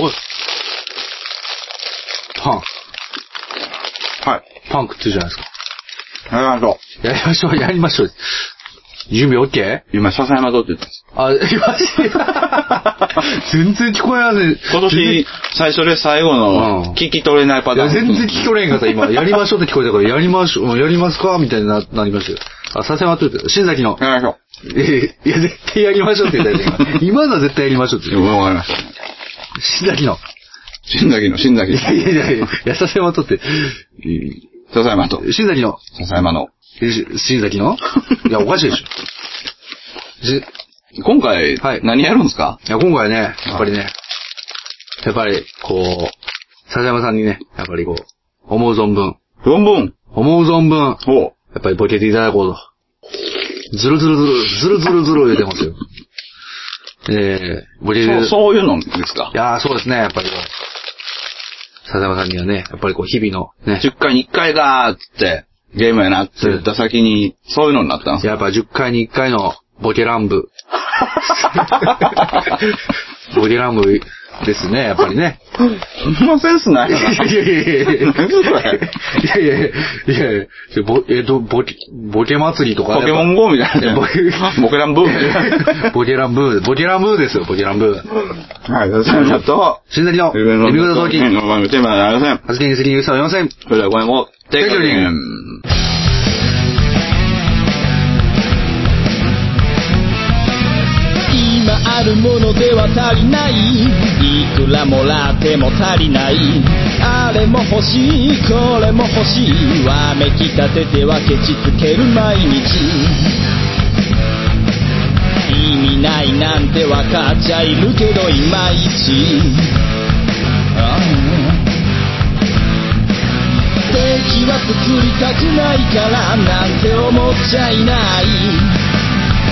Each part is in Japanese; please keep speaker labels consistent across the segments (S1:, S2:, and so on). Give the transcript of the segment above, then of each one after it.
S1: お、おい。パン。
S2: はい。
S1: パン食ってるじゃないですか。
S2: やりましょう。
S1: やりましょう、やりましょう。準備 OK?
S2: 今、笹山堂って言ったんです。
S1: あ、 いやマジで全然聞こえない。
S2: 今年、最初で最後
S1: うん
S2: の、聞き取れないパ
S1: い
S2: ター
S1: や、
S2: ン。
S1: 全然聞き取れへんかった、今。やりましょうって聞こえたから、やりましょう、やりますかみたいにな、なりましたよ。あ、させまっといて、新崎の。
S2: やりましょ
S1: えいや、絶対やりましょうって言ったよね、今。今のは絶対やりましょうって
S2: う。よ
S1: 言っ
S2: くわかりました。
S1: た。新崎の。
S2: 新崎の、新崎の。
S1: いやいやいや、いやさせまっとって。
S2: 笹山と。
S1: 新崎の。
S2: 笹山の。
S1: えし新崎 のいや、おかしいでしょ。し
S2: 今回、
S1: はい
S2: 何やるんですか
S1: いや、今回ね、やっぱりね、やっぱり、こう、笹山さんにね、やっぱりこう、思う存分、
S2: 論文。
S1: 思う存分、
S2: おう。
S1: やっぱりボケていただこうと。ずるずるずる、ずるずるずる言うてますよ。えー、ボケて
S2: そう、そういうのですか
S1: いやー、そうですね、やっぱりこう。笹山さんにはね、やっぱりこう、日々のね、
S2: 10回に1回だーっつって、ゲームやなって言った先に、そういうのになったんですよ。
S1: やっぱ10回に1回のボケ乱舞。ボケ乱舞ですね、やっぱりね。
S2: ほんまセンスない
S1: いやいやいやいやいやいやいやいやいやいやいやいやぼ、え、ど、ぼけ、ボケ祭りとか。
S2: ポケモン GO みた いな。
S1: ボケ
S2: ボケランブームみたいな。
S1: ボケランブー、ボケランブーですよ、ボケランブー。
S2: はい、笹山 と、
S1: 新崎の、
S2: エ
S1: エ
S2: ビ
S1: ビグダ
S2: の
S1: 同
S2: 時
S1: 期、
S2: の番組テーマではありません。
S1: 発言に責任を負ません。
S2: それではこれも、テイクリン。
S3: 今あるものでは足りないいくらもらっても足りないあれも欲しいこれも欲しいわめきたててはケチつける毎日意味ないなんてわかっちゃいるけどいまいちああ敵は作りたくないからなんて思っちゃいない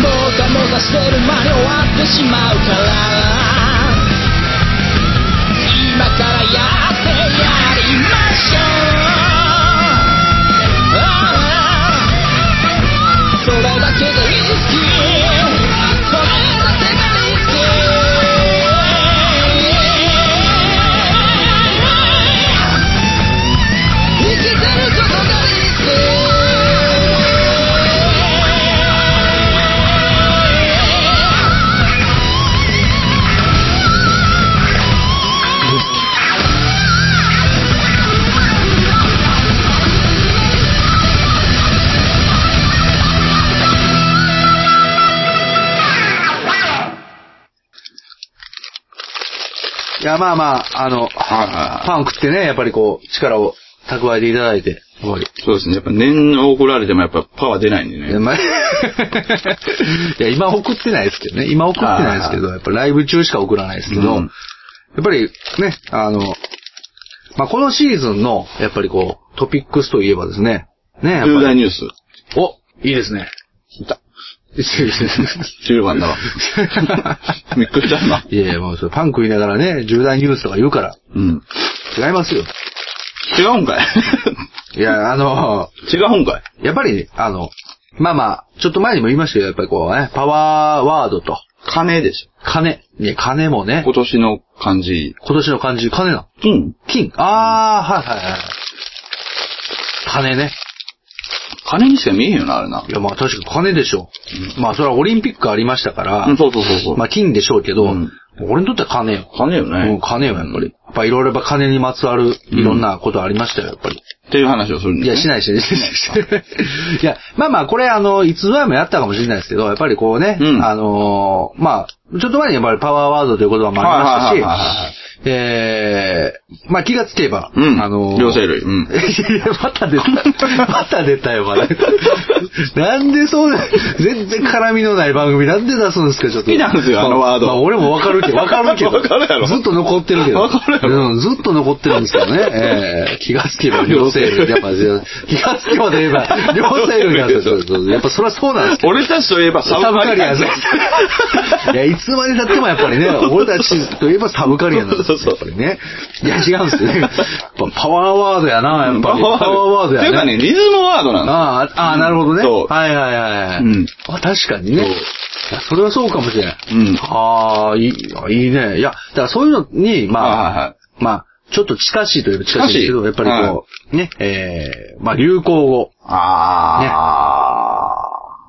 S3: もたもたしてる間に終わってしまうから今からやってやりましょうああそれだけがリスキーそれだけがリスキー生きてることがリスキー
S1: いや、まあまあ、あの、
S2: はいはいは
S1: パン食ってね、やっぱりこう、力を蓄えていただいて、やっぱり。
S2: い。そうですね。やっぱ年を送られてもやっぱパワー出ないんで
S1: いや
S2: ね。
S1: ま あいや、今送ってないですけどね。今送ってないですけど、やっぱライブ中しか送らないですけど、
S2: うん
S1: やっぱりね、あの、まあ、このシーズンの、やっぱりこう、トピックスといえばですね。ね、やっ
S2: 重
S1: ぱ
S2: 大
S1: り。
S2: ニュース。
S1: お、いいですね。
S2: いた。
S1: いいです
S2: 10番だわ。
S1: ね
S2: びっくりした今。
S1: いやいや、もうそれパン食いながらね、重大ニュースとか言うから、
S2: うん。
S1: 違いますよ。
S2: 違うんか
S1: い
S2: い
S1: や、あの、
S2: 違うんかい
S1: やっぱり、あの、まあまあ、ちょっと前にも言いましたけど、やっぱりこうね、パワーワードと、
S2: 金でしょ。
S1: 金。いや、金もね、
S2: 今年の漢字。
S1: 今年の漢字、金な。
S2: 金
S1: 金。あー、はいはいはい。金ね。
S2: 金にしか見えへんよな、あれな。
S1: いや、まあ確かに金でしょう。まあそれはオリンピックありましたから、
S2: うん、そうそうそうそう。
S1: まあ金でしょうけど、
S2: うん
S1: 俺にとっては金よ。
S2: 金よ
S1: う
S2: ね
S1: ん、。金よ、やっぱり。やっぱいろいろやっぱ金にまつわるいろんなことありましたよ、やっぱり。
S2: っていう話をするん
S1: い
S2: です、ね。。
S1: や、しないいしないしないし ない。いや、まあまあ、これあの、いつぐらいもやったかもしれないですけど、やっぱりこうね、
S2: うん
S1: あのーまあ、ちょっと前にやっぱりパワーワードという言葉もあ
S2: はい
S1: り
S2: は
S1: ま
S2: いはいはいは
S1: したし、えー、まあ気がつけば、
S2: うん。
S1: あのー、
S2: 両生類。う
S1: い
S2: ん。
S1: やまた出た。また出たよ、まだ。なんでそうな、全然絡みのない番組なんで出すんですか、ちょっと。
S2: 好きなんですよあのワード
S1: まあ俺もわかるけど、わかるけど。
S2: わかるやろ
S1: ずっと残ってるけど。
S2: わかるやろ
S1: うん、ずっと残ってるんですけどね。ええ気がつけば両生類。やっぱ、気がつけばといえば、両生類なんですよ。そうそうやっぱそれはそうなんですけど。
S2: 俺たちといえばサブカリアン。
S1: サブカリアン。いや、いつまで経ってもやっぱ りね、俺たちといえばサブカリアンなんですよ。
S2: そうそうそう
S1: やっぱりね。いや、違うんですよね。やっぱパワーワードやな、やっぱり。パワーワード
S2: って
S1: や
S2: いうかね、リズムワードなんだ。
S1: ああ、ああ、なるほどね。
S2: そう
S1: はいはいはいはい。
S2: うん
S1: あ確かにね。
S2: そう
S1: いやそれはそうかもしれない。
S2: うん
S1: ああ、いい、いいね。いや、だからそういうのに、まあ、
S2: はいはいは
S1: まあ、ちょっと近しいといえば近しいですけど、やっぱ
S2: 近
S1: り
S2: しい
S1: こう、ね、えー、まあ流行語。
S2: あ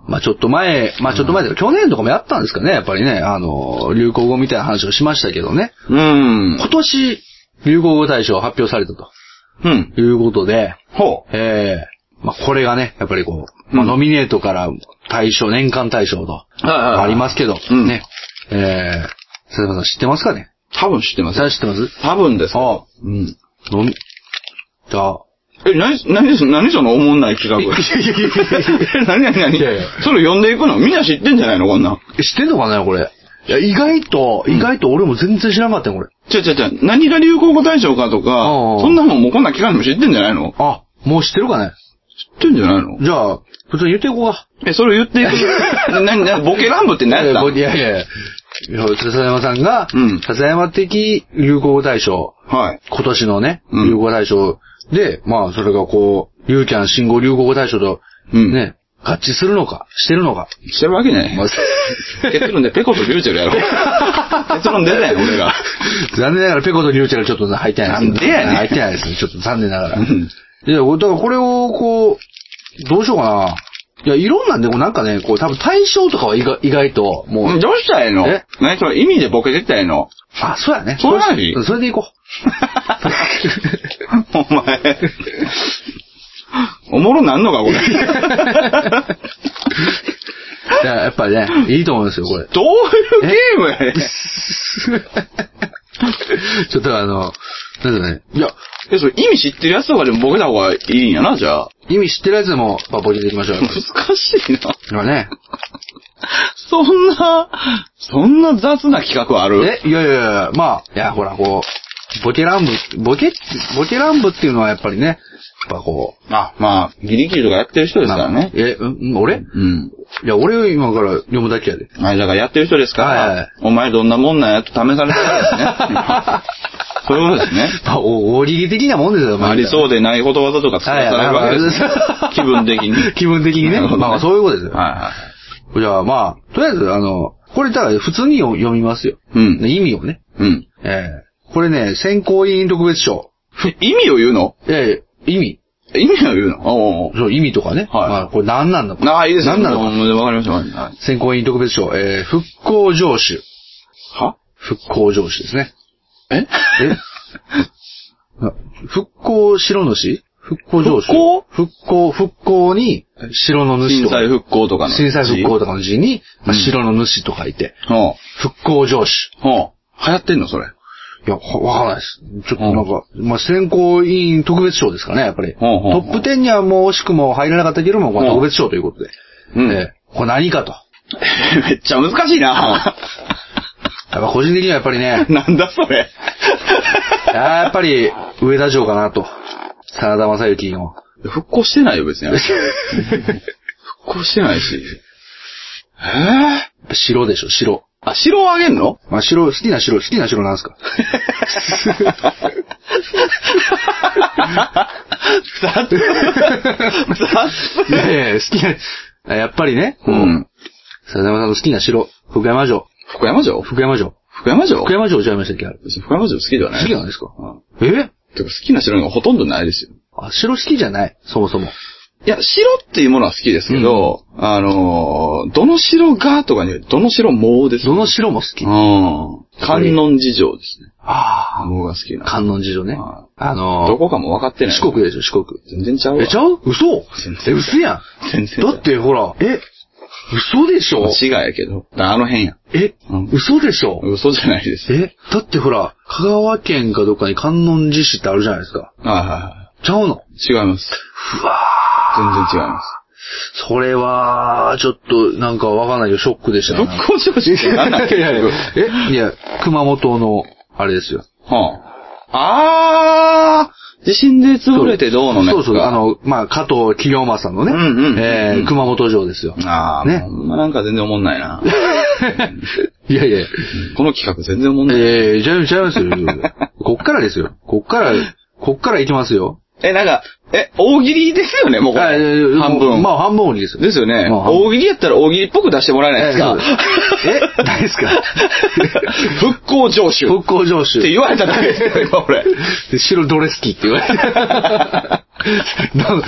S1: まあちょっと前、まあちょっと前で、去年とかもやったんですかね、やっぱりね、あの、流行語みたいな話をしましたけどね。
S2: ー。うん。
S1: 今年、流行語大賞発表されたと
S2: うん。
S1: いうことで、
S2: ほ
S1: ええまあ、これがね、やっぱりこう、まあ、
S2: うん
S1: ノミネートから大賞、年間大賞と、
S2: う。はいはいはい
S1: ありますけど、
S2: うん
S1: ね。ええ佐々木さん知ってますかね
S2: 多分知ってま
S1: 佐
S2: す。
S1: 々木知ってます
S2: 多分です。
S1: ああ、
S2: うん。
S1: のみ、じゃあ、
S2: え、何、何、何そのおもんない企画。 え、何何何
S1: いやいや
S2: それ読んでいくのみんな知ってんじゃないのこんなん。
S1: え知ってんのかなこれ。いや、意外と、意外と俺も全然知らなかったよ、これ。
S2: ちゃちゃちゃ、何が流行語大賞かとか
S1: うんうん、
S2: そんなもんもうこんなん聞かんでも知ってんじゃないの
S1: あ、もう知ってるかね
S2: 知ってんじゃないの
S1: じゃあ、普通に言っていこうか。
S2: え、それ言ってい く。な、な、なボケランブって何やった
S1: いやいやいやいや。笹山さんが、
S2: うん
S1: 笹山的流行語大賞、
S2: はい。
S1: 今年のね、
S2: うん
S1: 流行語大賞で、まあ、それがこう、ユーキャン新語流行語大賞と、
S2: うん
S1: ね、合致するのか、してるのか。
S2: してるわけね
S1: まあ
S2: 結論でペコとリューチェルやろ。結論出ない俺が。
S1: 残念ながら、ペコとリュウチェルちょっと入ってないです。
S2: なんでやねん
S1: 入ってないですね。ちょっと残念ながら。
S2: うん
S1: いや、だからこれをこう、どうしようかな。いや、いろんなんでもなんかね、こう、多分対象とかは意外意外と、もう、
S2: どうしたらええの
S1: え
S2: 何それ意味でボケてったらえ えの
S1: あ、そうやね。
S2: そうな
S1: そ
S2: に
S1: れそれでいこ
S2: お前。おもろなんのか、これ。
S1: う。いや、やっぱね、いいと思うんですよ、こ れ。
S2: どういうゲームやねん
S1: ちょっとあの、なんだね。いや、
S2: え、それ意味知ってるやつとかでもボケた方がいいんやな、じゃあ。
S1: 意味知ってるやつでも、まあ、ボケていきましょうよ。
S2: 難しいな。
S1: だからね。
S2: そんな、そんな雑な企画ある
S1: え、いやいやいや、まあ、いや、ほら、こう、ボケ乱舞、ボケ、ボケ乱舞っていうのはやっぱりね、やっぱこう、
S2: あ、まあ、ギリギリとかやってる人ですから
S1: まあ
S2: ね。
S1: え、うん、俺
S2: うん。
S1: いや、俺今から読むだけやで。
S2: あ、だからやってる人ですから、
S1: はいはい
S2: お前どんなもんなんやと試されてた んですね。そういうことですね。
S1: まあ、お、大喜利的なもんですよ、
S2: ありそううでないことわざとか使わ
S1: はい
S2: されるわけですね、気分的に。
S1: 気分的にね。
S2: なるほどね
S1: まあまあ、そういうことですよ。
S2: は
S1: じゃあ、まあ、とりあえず、あの、これ、だから、普通に読読みますよ。
S2: うん
S1: 意味をね。
S2: いはい。うん。
S1: ええこれね、選考委員特別賞。
S2: え意味を言うの
S1: ええ意味。
S2: 意味を言うのおうおう
S1: そう、意味とかね。
S2: はい
S1: まあ、これ何なんだ
S2: おうああ、いいですね。
S1: 何なの
S2: もうわかりましたわかりまし
S1: 選考委員特別賞、えー、復興上司。
S2: た。は
S1: 復興上司ですね。
S2: え
S1: え あ復興白主復興上司。
S2: 復興
S1: 復興、復興に、白の主
S2: 震
S1: とか。
S2: 災復興とかの。
S1: 震災復興
S2: と
S1: とかの字に、まあ
S2: うん
S1: 白の主と書いて、
S2: か。ほ
S1: 復興上司。
S2: う。ほう。流行ってんのそれ。
S1: いや、ほわからないです。ちょっとなんか、まあ、選考委員特別賞ですかね、やっぱり。
S2: ほうほうほう
S1: トップ10にはもう惜しくも入らなかったけども、これ特別賞ということで。
S2: うん
S1: えーこれ何かと。
S2: めっちゃ難しいな。
S1: やっぱ個人的にはやっぱり ね、
S2: なんだそれ。
S1: やっぱり、上田城かなと。真田正幸の。
S2: 復興してないよ、別 に。復興してないし。ええ
S1: 白でしょ、白。
S2: あ、城をあげんの
S1: まあ、白、好きな白、好きな白なんです か。い
S2: 雑。
S1: やいやいや好きな、やっぱりね、
S2: う
S1: こう、
S2: ん。
S1: 笹山さんの好きな白、福山城、
S2: 福山城
S1: 福山城。
S2: 福山城
S1: 福山城ちゃいましたっけあれ
S2: 別に福山城好きではない。
S1: 好きなんですか
S2: うん
S1: え
S2: てか好きな城がほとんどないですよ。
S1: あ、白好きじゃない、そもそも。
S2: いや、城っていうものは好きですけど、あのー、どの城がとかによりどの城もです。
S1: どの白も好き。
S2: うん。観音寺城ですね。
S1: あ
S2: もが好き
S1: あ、
S2: な。
S1: 観音寺城ね
S2: あ。
S1: あのー
S2: どこかも分かってない。
S1: 四国でしょ、四国。
S2: 全然ちゃうわ。
S1: え、ちゃう嘘
S2: 全
S1: え、
S2: 然
S1: 嘘やん。
S2: 全然ちゃう
S1: だってほら、え、嘘でしょ
S2: 滋賀やけど。あの辺や。
S1: え、
S2: うん
S1: 嘘でしょ
S2: 嘘じゃないです。
S1: えだってほら、香川県かどっかに観音寺市ってあるじゃないですか。
S2: ああ、
S1: ちゃうの
S2: 違います。
S1: うわ
S2: 全然違います。
S1: ーそれは、ちょっと、なんかわかんないけど、ショックでした
S2: 復興上 司って何なん
S1: いやいや
S2: 結局
S1: えいや、熊本の、あれですよ。
S2: はあ。あー、地震で潰れてどうのね。
S1: そうそう、あ。の、まあ、加藤清正のね、
S2: うんうんうんうん
S1: えー熊本城ですよ。
S2: あー、
S1: ね
S2: ほんまなんか全然おもんな いな。
S1: いやいや、
S2: この企画全然おもんない。
S1: えー、ちゃいちゃいますよ。 こっからですよ。こっから、こっから行きますよ。
S2: え、なんか、え、大喜利ですよね、もうこ
S1: あえ
S2: れ。
S1: ー
S2: 半分。
S1: まあ、半分鬼ですよ。
S2: ですよね。
S1: まあ半分
S2: 大喜利やったら大喜利っぽく出してもらえないですか。
S1: えー、そうですえ、何です か
S2: 復興上手っ
S1: 復興上州。
S2: て言われただけですよ、今俺。
S1: で白ドレスキーって言わ れて。どう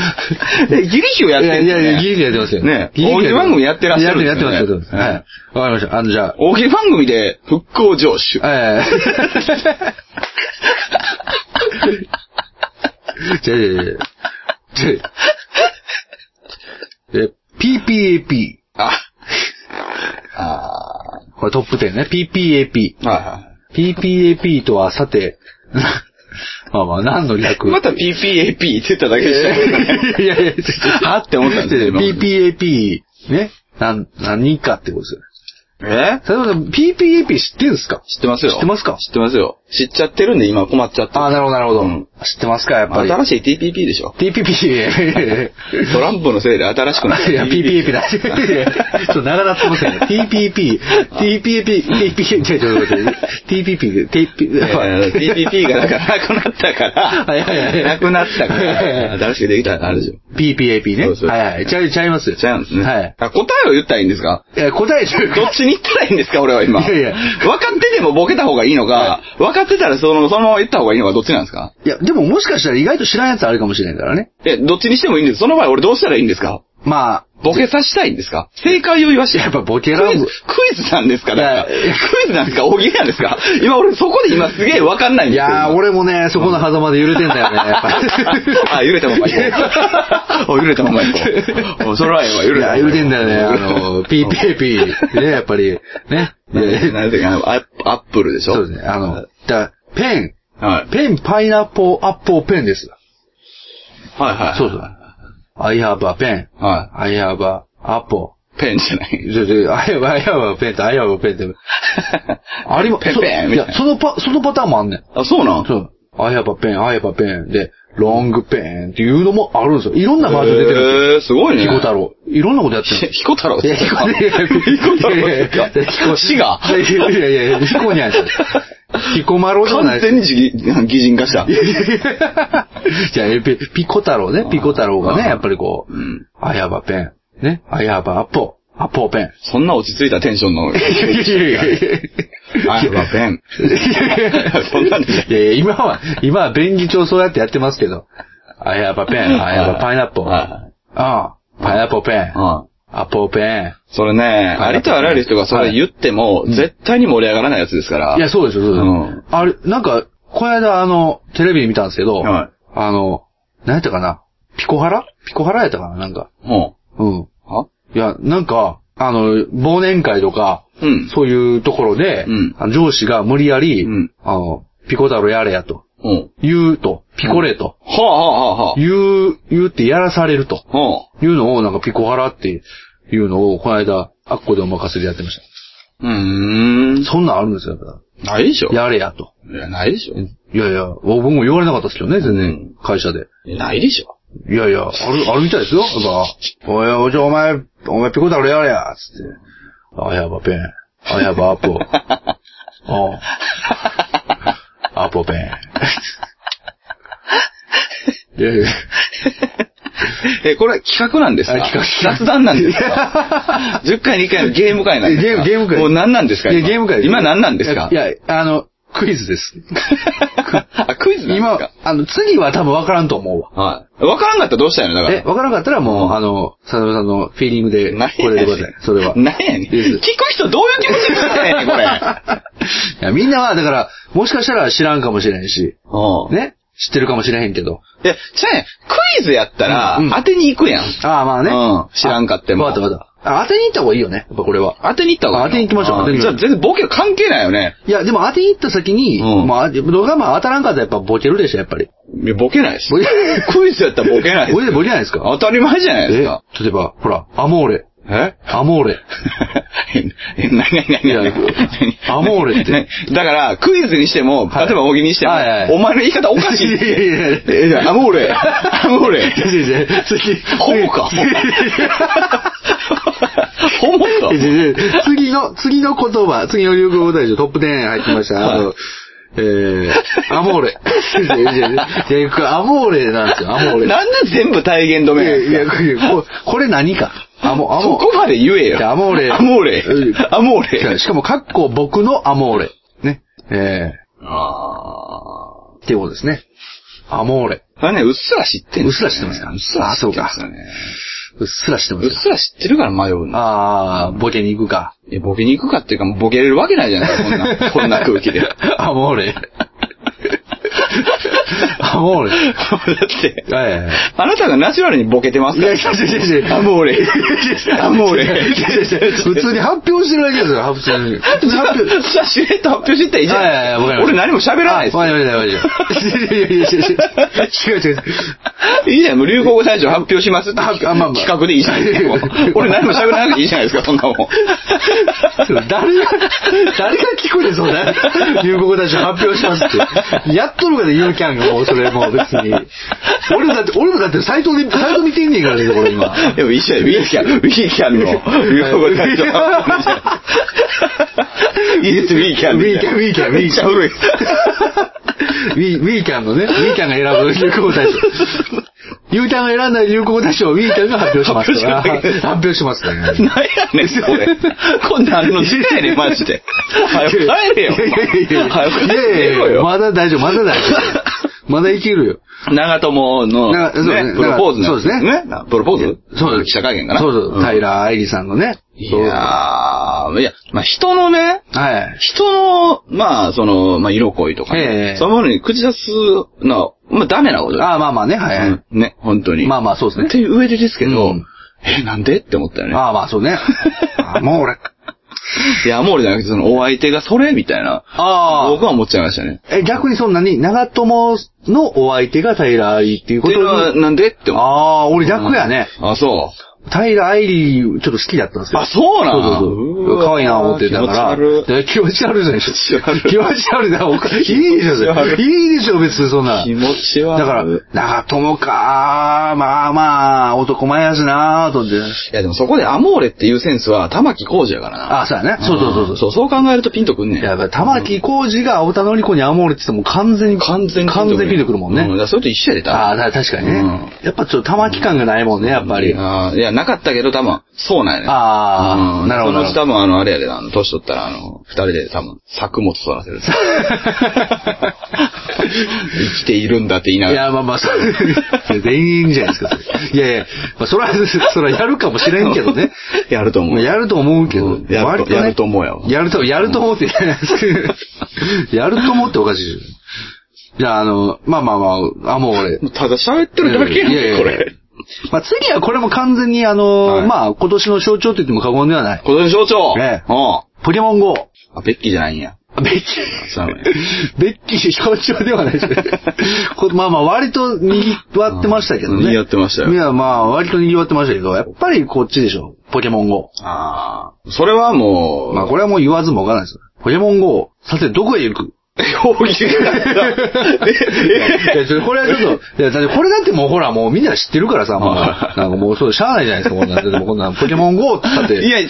S2: え、ギリヒをやっ
S1: い
S2: て
S1: や
S2: ん
S1: い
S2: ですね
S1: やいや、ギリギリやってますよ。
S2: ね
S1: ギリギリ
S2: 大喜利番組やってらっしゃるんで
S1: やっ
S2: す
S1: て
S2: よ
S1: ま
S2: ね
S1: す、やってます。はい。わかりました。あの、じゃあ、
S2: 大喜利番組で復興上手。
S1: ええ。じゃあ、じゃあじゃあえ、PPAP。
S2: あ。あ
S1: これトップ10ね。PPAP。
S2: ー。はいはい。
S1: PPAP とは、さて、まあまあ、何の略
S2: また PPAP って言っただけでしたけどね。
S1: いやいや、ちょっと
S2: はって思ったんですよ今まで
S1: PPAP、ね。なん、何かってことですよ。
S2: え
S1: 佐藤さん、PPAP 知ってんすか
S2: 知ってますよ。
S1: 知ってますか
S2: 知ってますよ。知っちゃってるんで今困っちゃってる。
S1: ああ、なるほど、なるほど。
S2: うん
S1: 知ってますか、やっぱり。
S2: 新しい TPP でしょ。
S1: TPP。
S2: トランプのせいで新 しくなった。
S1: いや、PPAP だ。いやちょっと長なってますよ ね。TPP、TPP、TPP、ちょちょちょちょ TPP、TPP、
S2: えー TPP がだからなくなったから、
S1: はいはいはい
S2: なくなったか
S1: はいはいは
S2: ら、
S1: い
S2: 新しくできたからあるでしょ。
S1: PPAP ね。
S2: そうそう
S1: はいはい。ちゃい、ちゃいますよ。
S2: ちゃうんですね。
S1: はい。
S2: あ答えを言ったらいいんですか
S1: いや、答えちゃう
S2: どっちに行ったらいいんですか俺は今。
S1: いやいや
S2: 分かっててもボケた方がいいのか、分かってたらその、そのまま言った方がいいのかどっちなんですか
S1: いや、でももしかしたら意外と知らんやつあるかもしれないからね。
S2: え、どっちにしてもいいんです。その場合俺どうしたらいいんですか
S1: まあ、
S2: ボケさしたいんですか正解を言わして。
S1: やっぱボケ
S2: クイ
S1: ラ
S2: ズ、
S1: ブ
S2: クイズなんですかだからク
S1: いや
S2: イズなんですか大喜利なんですか今俺そこで今すげえ分かんないん
S1: い
S2: ですよ。
S1: やー、
S2: 今
S1: 俺もね、そこの狭間で揺れてんだよね、やっぱ
S2: あ、揺れたまま行こう。 お揺れたまま行こう。おそらええわ、揺
S1: り。い
S2: れたま
S1: や、
S2: ま
S1: 揺れ
S2: 行こう
S1: てんだよね、あ の、PPAP。ね、やっぱり、ね。
S2: なん
S1: で
S2: なんていうかな、アップアップルでしょ
S1: そうですね、あの、だペン、
S2: はい。
S1: ペン、パイナップル、アップルペンです。
S2: はいはい。
S1: そうそう。I have a pen.
S2: は
S1: I have a apple.
S2: い。ペンじゃない。
S1: ちょちょ I have, I have a pen って、I have a pen って。 ありま、
S2: ペン
S1: そう
S2: ペンみたいない
S1: や、そのパ、そのパターンもあんねん。
S2: あ、そうなん
S1: そう。I have a pen, I have a pen で、ロングペンっていうのもあるんですよ。いろんなバージョン出てるんですよ。
S2: えー、すごいね。
S1: 彦太郎。いろんなことやってるんですよ。
S2: 彦太郎
S1: いや、
S2: です
S1: 彦
S2: か
S1: いやいやい
S2: 彦太郎
S1: やい
S2: ですか
S1: や彦
S2: 死が
S1: いやいやいやいや、彦にゃんじゃん。彦マロじゃない
S2: 完
S1: です
S2: 全に擬擬人化した。
S1: じゃあ、えピピコ太郎ね。ピコ太郎がね、やっぱりこう
S2: うん、
S1: I have a pen. ね。I have a apple. Apple pen.
S2: そんな落ち着いたテンションの。
S1: いやいやいやいや。
S2: あ、やば、ペン。そんなんで
S1: いやいや、今は、今は便宜帳そうやってやってますけど。I have a pen, I have a pineapple.
S2: はいはい
S1: ああ、pineapple pen,
S2: うん。
S1: apple pen.
S2: それね、ありとあらゆる人がそれ言っても、絶対に盛り上がらないやつですから。
S1: いや、そうですよ、そうです
S2: う
S1: よ
S2: ん。
S1: あれ、なんか、この間あの、テレビ見たんですけど、
S2: はい
S1: あの、何やったかなピコハラピコハラやったかななんか。
S2: うん。
S1: うん。
S2: はい
S1: や、なんか、あの、忘年会とか、
S2: うん。
S1: そういうところで、
S2: うん
S1: あの上司が無理やり、
S2: うん
S1: あの、ピコ太郎やれやと、
S2: うん。
S1: 言うと、ピコレと、
S2: はあはあは
S1: 言う、言うってやらされると。
S2: あはあ。
S1: いうのを、なんかピコハラっていうのを、この間、あっこでお任せでやってまし
S2: うん。うーん
S1: た。。そんなんあるんですよ、だか
S2: ないでしょ
S1: らやれやと。
S2: いや、ないでしょ
S1: いやいや、僕も言われなかったですよね、全然、会社で。
S2: ないでしょ
S1: いやいや、ある、あるみたいですよ。やっぱ、おい、おじゃお前、お前ピコ太郎やれや、つって。あ、やばペン。あ、やばア ポ。あ、アポペ ン。いやいや。
S2: え、これ企画なんですか
S1: あ企画
S2: 雑談なんで すか ?10 回2回のゲーム会なんですか
S1: ゲームゲーム会
S2: もう何なんですか
S1: いや、ゲーム会
S2: 今何なんですか
S1: いや、いやあの、クイズです。
S2: あ、クイズなんです
S1: 今
S2: か、
S1: あの、次は多分分からんと思うわ。
S2: はい。わからんかったらどうしたんやろだから。
S1: え、分からんかったらもう、あの、佐藤さんのフィーリングで、
S2: 何やねん、
S1: これでください。それは。
S2: 何やねん。聞
S1: です
S2: く人どういう気持ちになってんねん、これ。
S1: いや、みんなは、だから、もしかしたら知らんかもしれんし、
S2: おね。
S1: ね知ってるかもしれへんけど。
S2: いや、じゃあね、クイズやったら
S1: うんうん、
S2: 当てに行くやん。
S1: ああ、まあね。
S2: うん知らんかっても
S1: あわかったわかっあ当てに行った方がいいよね。やっぱこれは。
S2: 当てに行った方がいいの
S1: 当てに行きましょう
S2: あー
S1: 当てに行き
S2: じ
S1: ましょ
S2: ゃあ
S1: う
S2: 全然ボケが関係ないよね。
S1: いや、でも当てに行った先に、
S2: うん
S1: まあ、僕がまあ当たらんかったらやっぱボケるでしょ、やっぱり。
S2: いやボケないし。
S1: ボケ
S2: クイズやったらボケない
S1: ボケ、ボケないですか
S2: 当たり前じゃないですか。
S1: え例えば、ほら、アモーレ。
S2: え
S1: アモーレ。
S2: え、なになにな
S1: い
S2: に
S1: やアモーレって。
S2: だから、クイズにしても、
S1: はい
S2: 例えば大喜利にしても
S1: はいはい、
S2: お前の言い方おかしいっ
S1: いやいやいや
S2: て。えいやアモーレ、アモー
S1: 違
S2: レ。
S1: う違う違う次
S2: ホモか
S1: 次
S2: ホモか
S1: 違う違う次の、次の言葉、次の流行語大賞トップ10入ってました。あの、えー、アモーレ。いやいやいやいやこれアモーレなんですよ、アモーレ。
S2: なんで全部体現止
S1: い
S2: めな
S1: や
S2: んです
S1: い
S2: か
S1: や、これ ここれ何か。アモ、ア
S2: そ
S1: モ
S2: こまで言え
S1: いや
S2: よ。
S1: アモーレ。
S2: アモーレ
S1: うん。
S2: アモーレ。
S1: しかも、かっこ僕のアモーレ。ね。え
S2: あ
S1: ー、っていうことですね。アモーレ。
S2: ーあれね、うっすら知ってん
S1: うっすら知ってますか
S2: うっすら知ってますよね。
S1: うっすらしてま
S2: う
S1: す
S2: っ
S1: よ。
S2: すら知ってるから迷うの。
S1: あー、ボケに行くか。
S2: いやボケに行くかっていうか、もうボケれるわけないじゃないですか、こんな、こんな空気で。だ
S1: アモーレ。アモーレ。
S2: って、
S1: はいはいはい。
S2: あなたがナチュラルにボケてます
S1: い
S2: か
S1: や、
S2: ら
S1: い。やいやいやいや
S2: アモーレ。アモー
S1: いや
S2: レ。
S1: いやいや 普通に発表してるだけですよ、普通に。普通に
S2: じゃあ
S1: 発表。
S2: じゃあ、しれっと発表してったらいいじゃ
S1: はいはいはい
S2: ん。
S1: わかりました
S2: 俺何も喋らないです
S1: あ。わかりました、わかりました。いやいやいやいやいや違う違う違う。
S2: いいじゃん、もう流行語大賞発表しますって
S1: あ
S2: 企
S1: あまあまあ
S2: 画でいいじゃないですか。俺何も喋らなくていいじゃないですか、そんなもん。
S1: 誰が、誰が聞くねん、そんな。入国大賞発表しますって。やっとるから、ユーキャンがもう、それもう別に。俺もだって、俺もだってサイトで、サイト見てんねんからね、これ今。
S2: でも一緒や、ウィーキャン、ウィーキャンの流行語大賞発表いいです、ウィーキャン。
S1: ウィーキャンウィーキャンウィーキャン
S2: めっちゃ古い。
S1: ウィー、ウィーキャンのね、ウィーキャンが選ぶ流行語大賞。ユーキャンが選んだ流行語大賞をウィーキャンが発表しますから。
S2: 発表しま
S1: 発表します
S2: す
S1: からね。
S2: なんやねん、それ。こんなんの時代やねん、マジで。早く帰れ
S1: い
S2: よ。
S1: やいやいや
S2: 早く帰
S1: いや
S2: れ
S1: いやいや
S2: よ。
S1: まだ大丈夫、まだ大丈夫。まだいけるよ。
S2: 長友の、
S1: なんかそうですね
S2: ね、プロポーズのやつ
S1: そうですね
S2: なプロポーズ
S1: そうです。
S2: 記者会見かな
S1: そうそう。
S2: ん
S1: 平愛理さんのね。
S2: いやー、いや、まあ、人のね、
S1: はい。
S2: 人の、まあ、その、まあ、色恋とか
S1: え
S2: ね、
S1: え
S2: そういうものに口出すのは、まあ、ダメなこと
S1: ああ、まあまあね、はいはい。
S2: うんね、本当に。
S1: まあまあそうですね
S2: っていう上でですけど、
S1: うん
S2: え、なんでって思ったよね。
S1: ああ、まあそう ね。ああもう俺。
S2: いや、もう俺じゃなくて、その、お相手がそれみたいな。
S1: ああ
S2: 僕は思っちゃいましたね。
S1: え、逆にそんなに、長友のお相手が平愛っていう
S2: こ
S1: こと
S2: れは、
S1: に。
S2: なんでって思っ
S1: ああー、俺逆やね。
S2: た。あ、そ
S1: 平愛理、ちょっと好きだったんです
S2: う。
S1: よ。
S2: あ、そうな
S1: そう
S2: の
S1: そうそう。可愛いな思ってたから。ら気持ち悪いじゃないです
S2: 気持ち悪
S1: か。
S2: い
S1: 気持ち悪いな。おかいいでしょ、そ
S2: 気持ち悪
S1: れ。いいでしょ、別にそんな。
S2: 気持ち悪い
S1: だから、長友か、まあまあ、男前やしなと思って。
S2: いや、でもそこでアモーレっていうセンスは、玉木浩二やからな。
S1: あ、そうやね。そうそうそうそう。
S2: そう、そう考えるとピンとくんねん。
S1: やっぱ、玉木浩二が青田のり子にアモーレって言っても完全に、
S2: 完全に
S1: 完全にピンとくるもん
S2: うだ
S1: ね。
S2: からそれと一緒やで、多分
S1: ああ、だから確かにね。やっぱちょっと玉木感がないもんね、やっぱり。あ
S2: ああ、いや、なかったけど、多分、そうなんやね。
S1: あ
S2: う
S1: ー、
S2: ん
S1: なるほどなる
S2: そのうち
S1: ほど。
S2: 多分、あの、あれやで、あの、年取ったら、あの、二人で多分、作物 育てる。生きているんだって言いないがら。
S1: や、まあまあ、それ、 全員じゃないですか、それ。いやいや、まあ、それは、それはやるかもしれんけどね。
S2: やると 思
S1: まあ
S2: う。
S1: やると思うけど
S2: う。んやると
S1: 割ね
S2: やると思うよ
S1: やると、やると思うって言ってないですけど。やると思うっておかしいでしょ。じゃあ、あの、まあまあまあ、あ、もう俺。
S2: ただ喋ってるだけや
S1: いやいやい
S2: ん、
S1: や
S2: これ。
S1: まあ次はこれも完全にあの、
S2: はい
S1: まあ今年の象徴と言っても過言ではない。
S2: 今年の象徴
S1: ね
S2: うん。
S1: ポケモン GO。
S2: あ、ベッキーじゃないんや。
S1: ベッキ
S2: そうなのよ
S1: ー、ベッキー象徴ではない ですけどこまあまあ割と賑わってましたけどね。
S2: 賑わってましたよ
S1: いやまあ割と賑わってましたけど、やっぱりこっちでしょ。ポケモン GO。
S2: ああ。それはもう、
S1: まあこれはもう言わずもわからないです。ポケモン GO、さてどこへ行 く
S2: 大喜利だった。
S1: いや、ちょこれはちょっと、いや、だってこれだってもうほら、もうみんな知ってるからさ、もう、
S2: は
S1: なん
S2: い
S1: かもうそう、しゃあないじゃないですか、こんなん。でもこんなん、ポケモン GO ってだって。
S2: いや、違う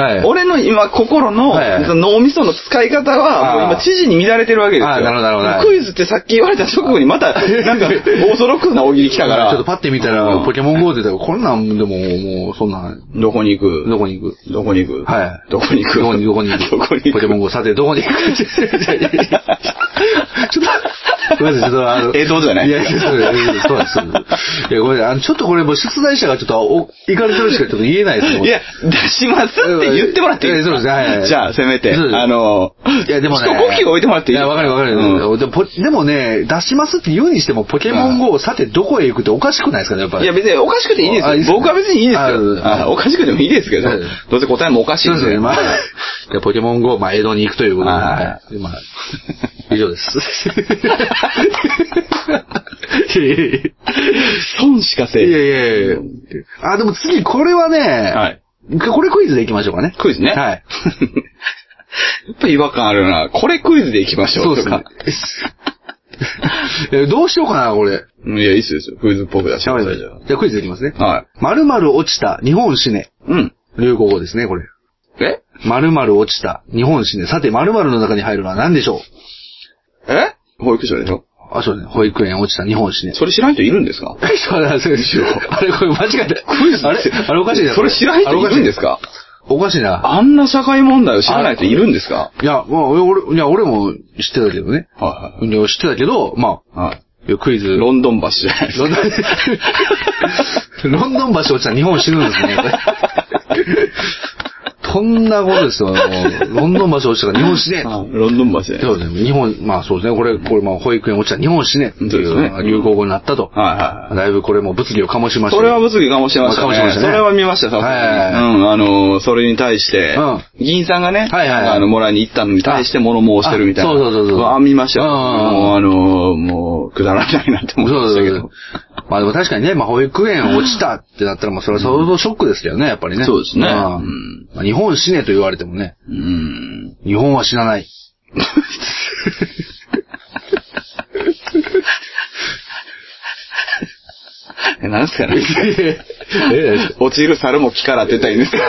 S1: はい
S2: 違う。俺の今、心の
S1: はいはい、
S2: その脳みその使い方は、もう
S1: あー
S2: 今、知事に乱れてるわけですよ。
S1: あーなるほどなるほど
S2: クイズってさっき言われた直後に、また、なんか、オーソドックスな大喜利来たから。
S1: ちょっとパッて見たら、ポケ
S2: モ
S1: モン GO って言ったら、こんなんでも、もう、そんなん、
S2: ン。どこに行く
S1: どこに行く
S2: どこに行く
S1: はい
S2: どこに行く
S1: どこ に、どこに行く
S2: どこに行く
S1: ポケモン GO、さて、どこに行くちょっと、ごめんなさい、ちょっとあの。
S2: ええってことじゃない
S1: いや、 そうですそうです。いや、ごめんなさいあの、ちょっとこれもう出題者がちょっと、お、怒りとるしかちょっと言えないですもん。
S2: いや、出しますって言ってもらっていい
S1: ええそうですねはいはい
S2: じゃあ、せめて。
S1: そうです
S2: あの、
S1: いや、でもね。
S2: 一呼吸置いてもらっていい
S1: や、わかるわかる、
S2: う
S1: でもポでもね、出しますって言うにしても、ポケモン GO、さてどこへ行くっておかしくないですかね、やっぱ
S2: んい
S1: り。
S2: や、別におかしくていいです
S1: あいいっ
S2: よ。
S1: すね
S2: 僕は別にいいです
S1: あ
S2: よ
S1: うん
S2: あ。おかしくてもいいですけど
S1: うん、
S2: どうせ答えもおかしい
S1: そうです ね。まあ
S2: はい、
S1: いやポケモン GO、まあ、江戸に行くということで、
S2: はい
S1: はいまあ、 以上です。 いやいやい
S2: 損しかせ
S1: やい
S2: え。
S1: やいやいやあ、でも次、これはね、
S2: はい。
S1: これクイズでいきましょうかね。
S2: クイズね。
S1: はい。
S2: やっぱ違和感あるな。これクイズでいきましょ う。
S1: そうですね。 えどうしようかな、これ。
S2: うんいや、いいっすよ。クイズっぽく出して
S1: じゃ
S2: くださいじゃ
S1: あクイズいきますね。
S2: あ。はい。
S1: 〇〇落ちた日本史ね。
S2: うん。
S1: 流行語ですね、これ。
S2: え
S1: 〇〇落ちた日本史ね。さて、〇〇の中に入るのは何でしょう
S2: え保育所でしょ
S1: あ、そうね。保育園落ちた日本史ね。
S2: それ知らん人いるんですか
S1: そうなんですよ。あれ、これ間違えた。クイズあれあれおかしいな。
S2: それ知らん
S1: あれ
S2: 人
S1: お
S2: い
S1: かし
S2: るんですか
S1: おかしいな。
S2: あんな社会問題を知らない人いるんですか
S1: いや、まあ、俺、いや、俺も知ってたけどね。
S2: はい
S1: や知ってたけど、ま
S2: いはい。はい。
S1: あ、クイズ。
S2: ロンドン橋じゃないです
S1: ロン
S2: か。
S1: ドン、ロンドン橋落ちたら日本死ぬんですね。これとんなことですよ。もうロンドン橋落ちたら日本死ね。
S2: はいロンドン橋じゃないですか。
S1: そうですね。日本、まあそうですね。これ、これ、まあ保育園落ちたら日本死ね。っていうのが流行語になったと。
S2: はいはいは
S1: だいぶこれも物議を醸しま
S2: い。
S1: した
S2: そ
S1: ね。
S2: れは物議かもしれました
S1: かもしれま
S2: ね。
S1: した
S2: そ
S1: ね
S2: れは見ました、さすが
S1: はいは
S2: に。うん、あのー、それに対して
S1: うん、
S2: 議員さんがね、
S1: はいはいはい
S2: あの、もらいに行ったのに対して物申してるみたいな。
S1: あそうそうそうそう
S2: わあ、見ましたよ。
S1: うんうんうん
S2: もう、あのー、もう、くだらないなって思いま
S1: そう
S2: した
S1: だ
S2: け
S1: け
S2: ど
S1: ど。。まあでも確かにね、まあ保育園落ちたってなったら、まあそれは相当ショックですけどね、やっぱりね。
S2: そうですね
S1: まあ
S2: うん
S1: まあ日本死ねと言われてもね、
S2: うん。
S1: 日本は死なない。
S2: え、なんすか ね。
S1: え
S2: 落ちる猿も木からって言ったらいいんですか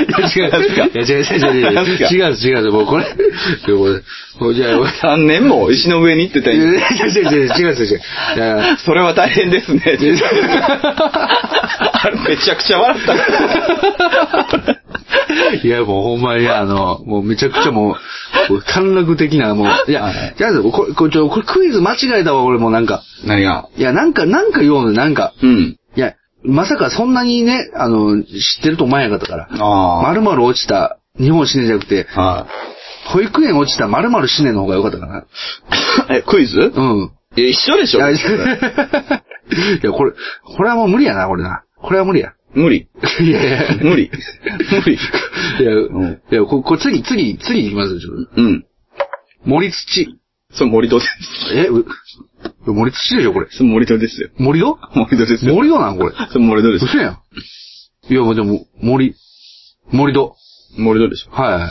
S1: いや違う。いや違う違う違 う違
S2: 何すか
S1: う。違う違う違う。もうこれ、でもこれもうじゃあ、い
S2: ?3 年も石の上にって言ったらいいん
S1: や
S2: です
S1: 違
S2: か
S1: う違う違う違う違う。いや
S2: それは大 変ですね。あれめちゃくちゃ笑った。
S1: いや、もうほんまに、あの、もうめちゃくちゃもう、もう陥落的な、もう、いや、違うこれ、これちょこれクイズ間違えたわ、俺もうなんか。
S2: 何が
S1: いや、なんか、なんか言おうの、なんか。
S2: うん。
S1: いや、まさかそんなにね、あの、知ってると思わへんかったから。
S2: あ
S1: まるまる落ちた、日本死ねじゃなくて、
S2: あ。は
S1: 保育園落ちたまるまる死ねの方が良かったかな。
S2: い。え、クイズ
S1: うん。
S2: いや、一緒でし
S1: い
S2: ょ
S1: や、いやこれ、これはもう無理やな、これな。これは無理や。
S2: 無理。
S1: いやいやい
S2: 無理。無理。
S1: や。いや、
S2: ん
S1: いやここれ次、次、次行きますよ、ちょっと。
S2: うん。
S1: 森土。
S2: それ森戸です。
S1: え、う、森土でしょ、これ。
S2: それ森戸ですよ。
S1: 森戸
S2: 森戸ですよ。
S1: 森戸なん、これ。
S2: それ森戸ですよ。
S1: 嘘やん。いや、もうでも、森、森戸。
S2: 森戸でしょ。
S1: はいはい。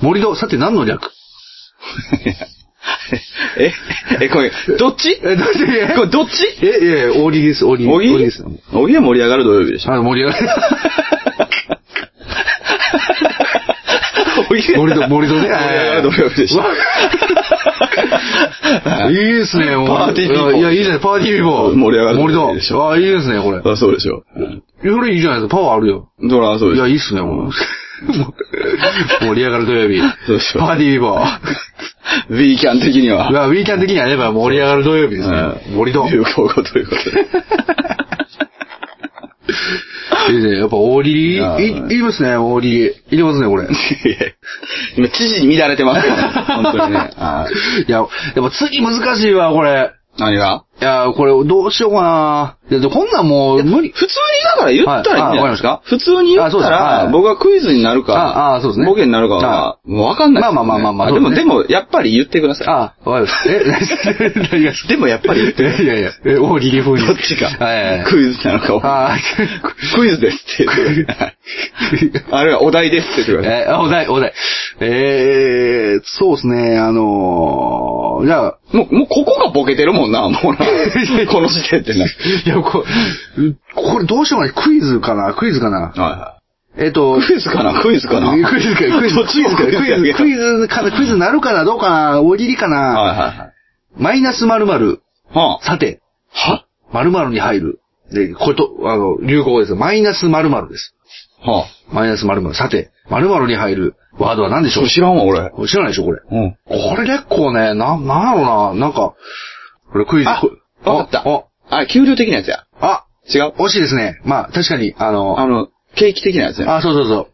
S1: 森戸、さて何の略
S2: え、え、これ、どっち
S1: え、だって、え
S2: これ、どっち
S1: え、え、え、大喜利です、大喜利。
S2: おぎ
S1: 大喜利です。は
S2: おぎは盛り上がる土曜日でしょ。
S1: い、盛り上がる。
S2: おぎ
S1: 森戸、森戸ね。
S2: 盛り上がる土曜日でしょ。
S1: いいですね、もう。
S2: パーティーピーポー
S1: いや、いいじゃない、パーティーピーポー。
S2: 盛り上がる
S1: 森戸。
S2: でしょ
S1: ああ、いいですね、これ。
S2: あ、そうでしょ。
S1: これいいじゃないですか、パワーあるよ。
S2: ドラそう
S1: い
S2: でし
S1: や、
S2: ょ。
S1: いいっすね、もう。 盛り上がる土曜日。
S2: そうでしょ
S1: パーティーピーポー。
S2: V キャン的には。
S1: いや、ウィーキャン的にはね、まあ盛り上がる土曜日ですね。森戸。いい
S2: 流行語ということで。
S1: ですねやっぱ大喜利、い、
S2: や
S1: いりますね、大喜利。いりますね、これ。
S2: いや今、知事に乱れてますよ、本当にね。はい
S1: いや、でも次難しいわ、これ。
S2: 何が
S1: いや、これどうしようかな。いや、でこんなんもう無理。
S2: 普通にだから言ったらいいんじゃないですか,、
S1: はいあわかり
S2: 普通に言
S1: あ
S2: っ
S1: そうで
S2: た
S1: すは
S2: ら
S1: い、
S2: 僕はクイズになるか、
S1: ああそうですね
S2: ボケになるか
S1: は
S2: は、もうわかんないです
S1: ま
S2: よね、
S1: あまあまあまあまあ
S2: で
S1: そう
S2: も、
S1: です
S2: でも、やっぱり言ってください。
S1: あ、わかりました。 え、何が
S2: でもやっぱり言って
S1: いやいやいや、え大喜利風に。
S2: どっちか、
S1: はいはいはい。
S2: クイズなのか、
S1: あ
S2: クイズですって言ってはいあるいはお題ですって言ってください。
S1: えー、お題、お題。えー、そうですね、あのー、じゃあ、
S2: もう、もうここがボケてるもんな、もうな。この時点でな。はい。
S1: や、こう、これどうしようかな、クイズかな、クイズかない
S2: はい
S1: えっと、
S2: クイズかなクイズかな
S1: クイズか、クイズ
S2: どっちもクイズやけど
S1: クイズかな、クイズなるかな、どうかな、大喜利か
S2: はい
S1: な、
S2: はいはい。
S1: マイナス〇〇、
S2: はあ、
S1: さて、
S2: は
S1: 〇〇に入る。で、こと、あの、流行語です。マイナス〇〇です。
S2: はあ、
S1: マイナス〇〇、さて、〇〇に入る。ワードは何でしょ
S2: それ知らんわ、俺。
S1: う知らないでしょ、これ。
S2: うん。
S1: これ結構ね、な、なんやろうな、なんか、これクイズ。
S2: あ
S1: これ
S2: わかった
S1: あ
S2: あ、給料的なやつや。
S1: あ、
S2: 違う
S1: 惜しいですね。まあ、確かに、あの、
S2: あの、景気的なやつや。
S1: あ、そうそうそ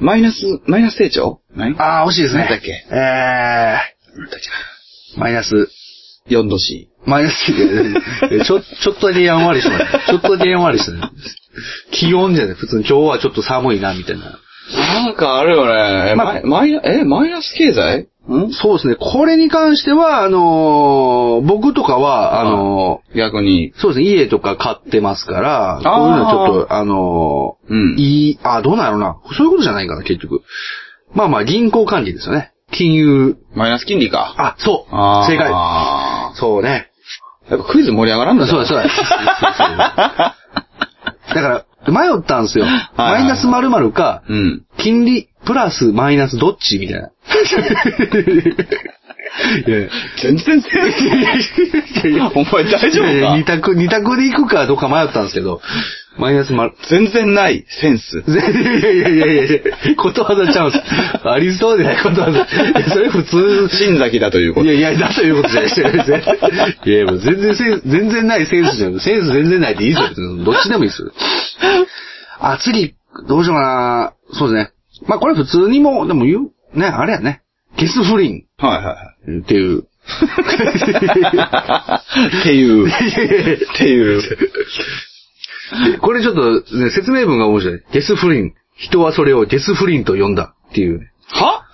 S1: う。
S2: マイナス、マイナス成長何
S1: ああ、惜しいですね。
S2: なんだっけ
S1: え
S2: なんだっ
S1: ー、マイナス、
S2: けな。4度 C。
S1: マイナス、えちょ、ちょっとだけやんわりしたね。ちょっとだけやんわりしたね。気温じゃない、普通に今日はちょっと寒いな、みたいな。
S2: なんかあるよね。
S1: ま
S2: マイマイナ、え、マイナス経済ん
S1: そうですね。これに関しては、あのー僕とかは、あの
S2: 逆に。
S1: ーそうですね、家とか買ってますから、こういうのちょっと、あのー
S2: うん
S1: いい、あ、どうなんやろうな。そういうことじゃないんかな、結局。まあまあ、銀行関係ですよね。金融。
S2: マイナス金利か。
S1: あ、そう。
S2: あー
S1: 正解。そうね。
S2: やっぱクイズ盛り上がらんだ
S1: そうだ、
S2: う。
S1: そうだ。 だから、迷ったんですよ。
S2: いはい
S1: マイナス〇〇か、
S2: うん。
S1: 金利、プラス、マイナス、どっちみ たいな。いやいや
S2: 全然センスない。 お前大丈
S1: いやいや
S2: 夫
S1: 二
S2: か
S1: 択、二択で行くかどうか迷ったんですけど、マイナスま、
S2: 全然ない、センス。
S1: いやいやいやいやいやいや、ことわざちゃうんです。ありそうでないことわざ。いやそれ普通、
S2: 新崎だというこ
S1: い
S2: と。
S1: やいや、だということじゃないですよ。いや、もう全然センス、全然ないセンスじゃん。センス全然ないでいいですよ。どっちでもいいですよ。あ、次、どうしようかな。そうですね。まあこれ普通にも、でも言う、ね、あれやね。ゲス不倫
S2: はいは
S1: っていう。
S2: いはい。っていう。っていう。
S1: これちょっと、ね、説明文が面白い。ゲス不倫。人はそれをゲス不倫と呼んだっていうね。
S2: は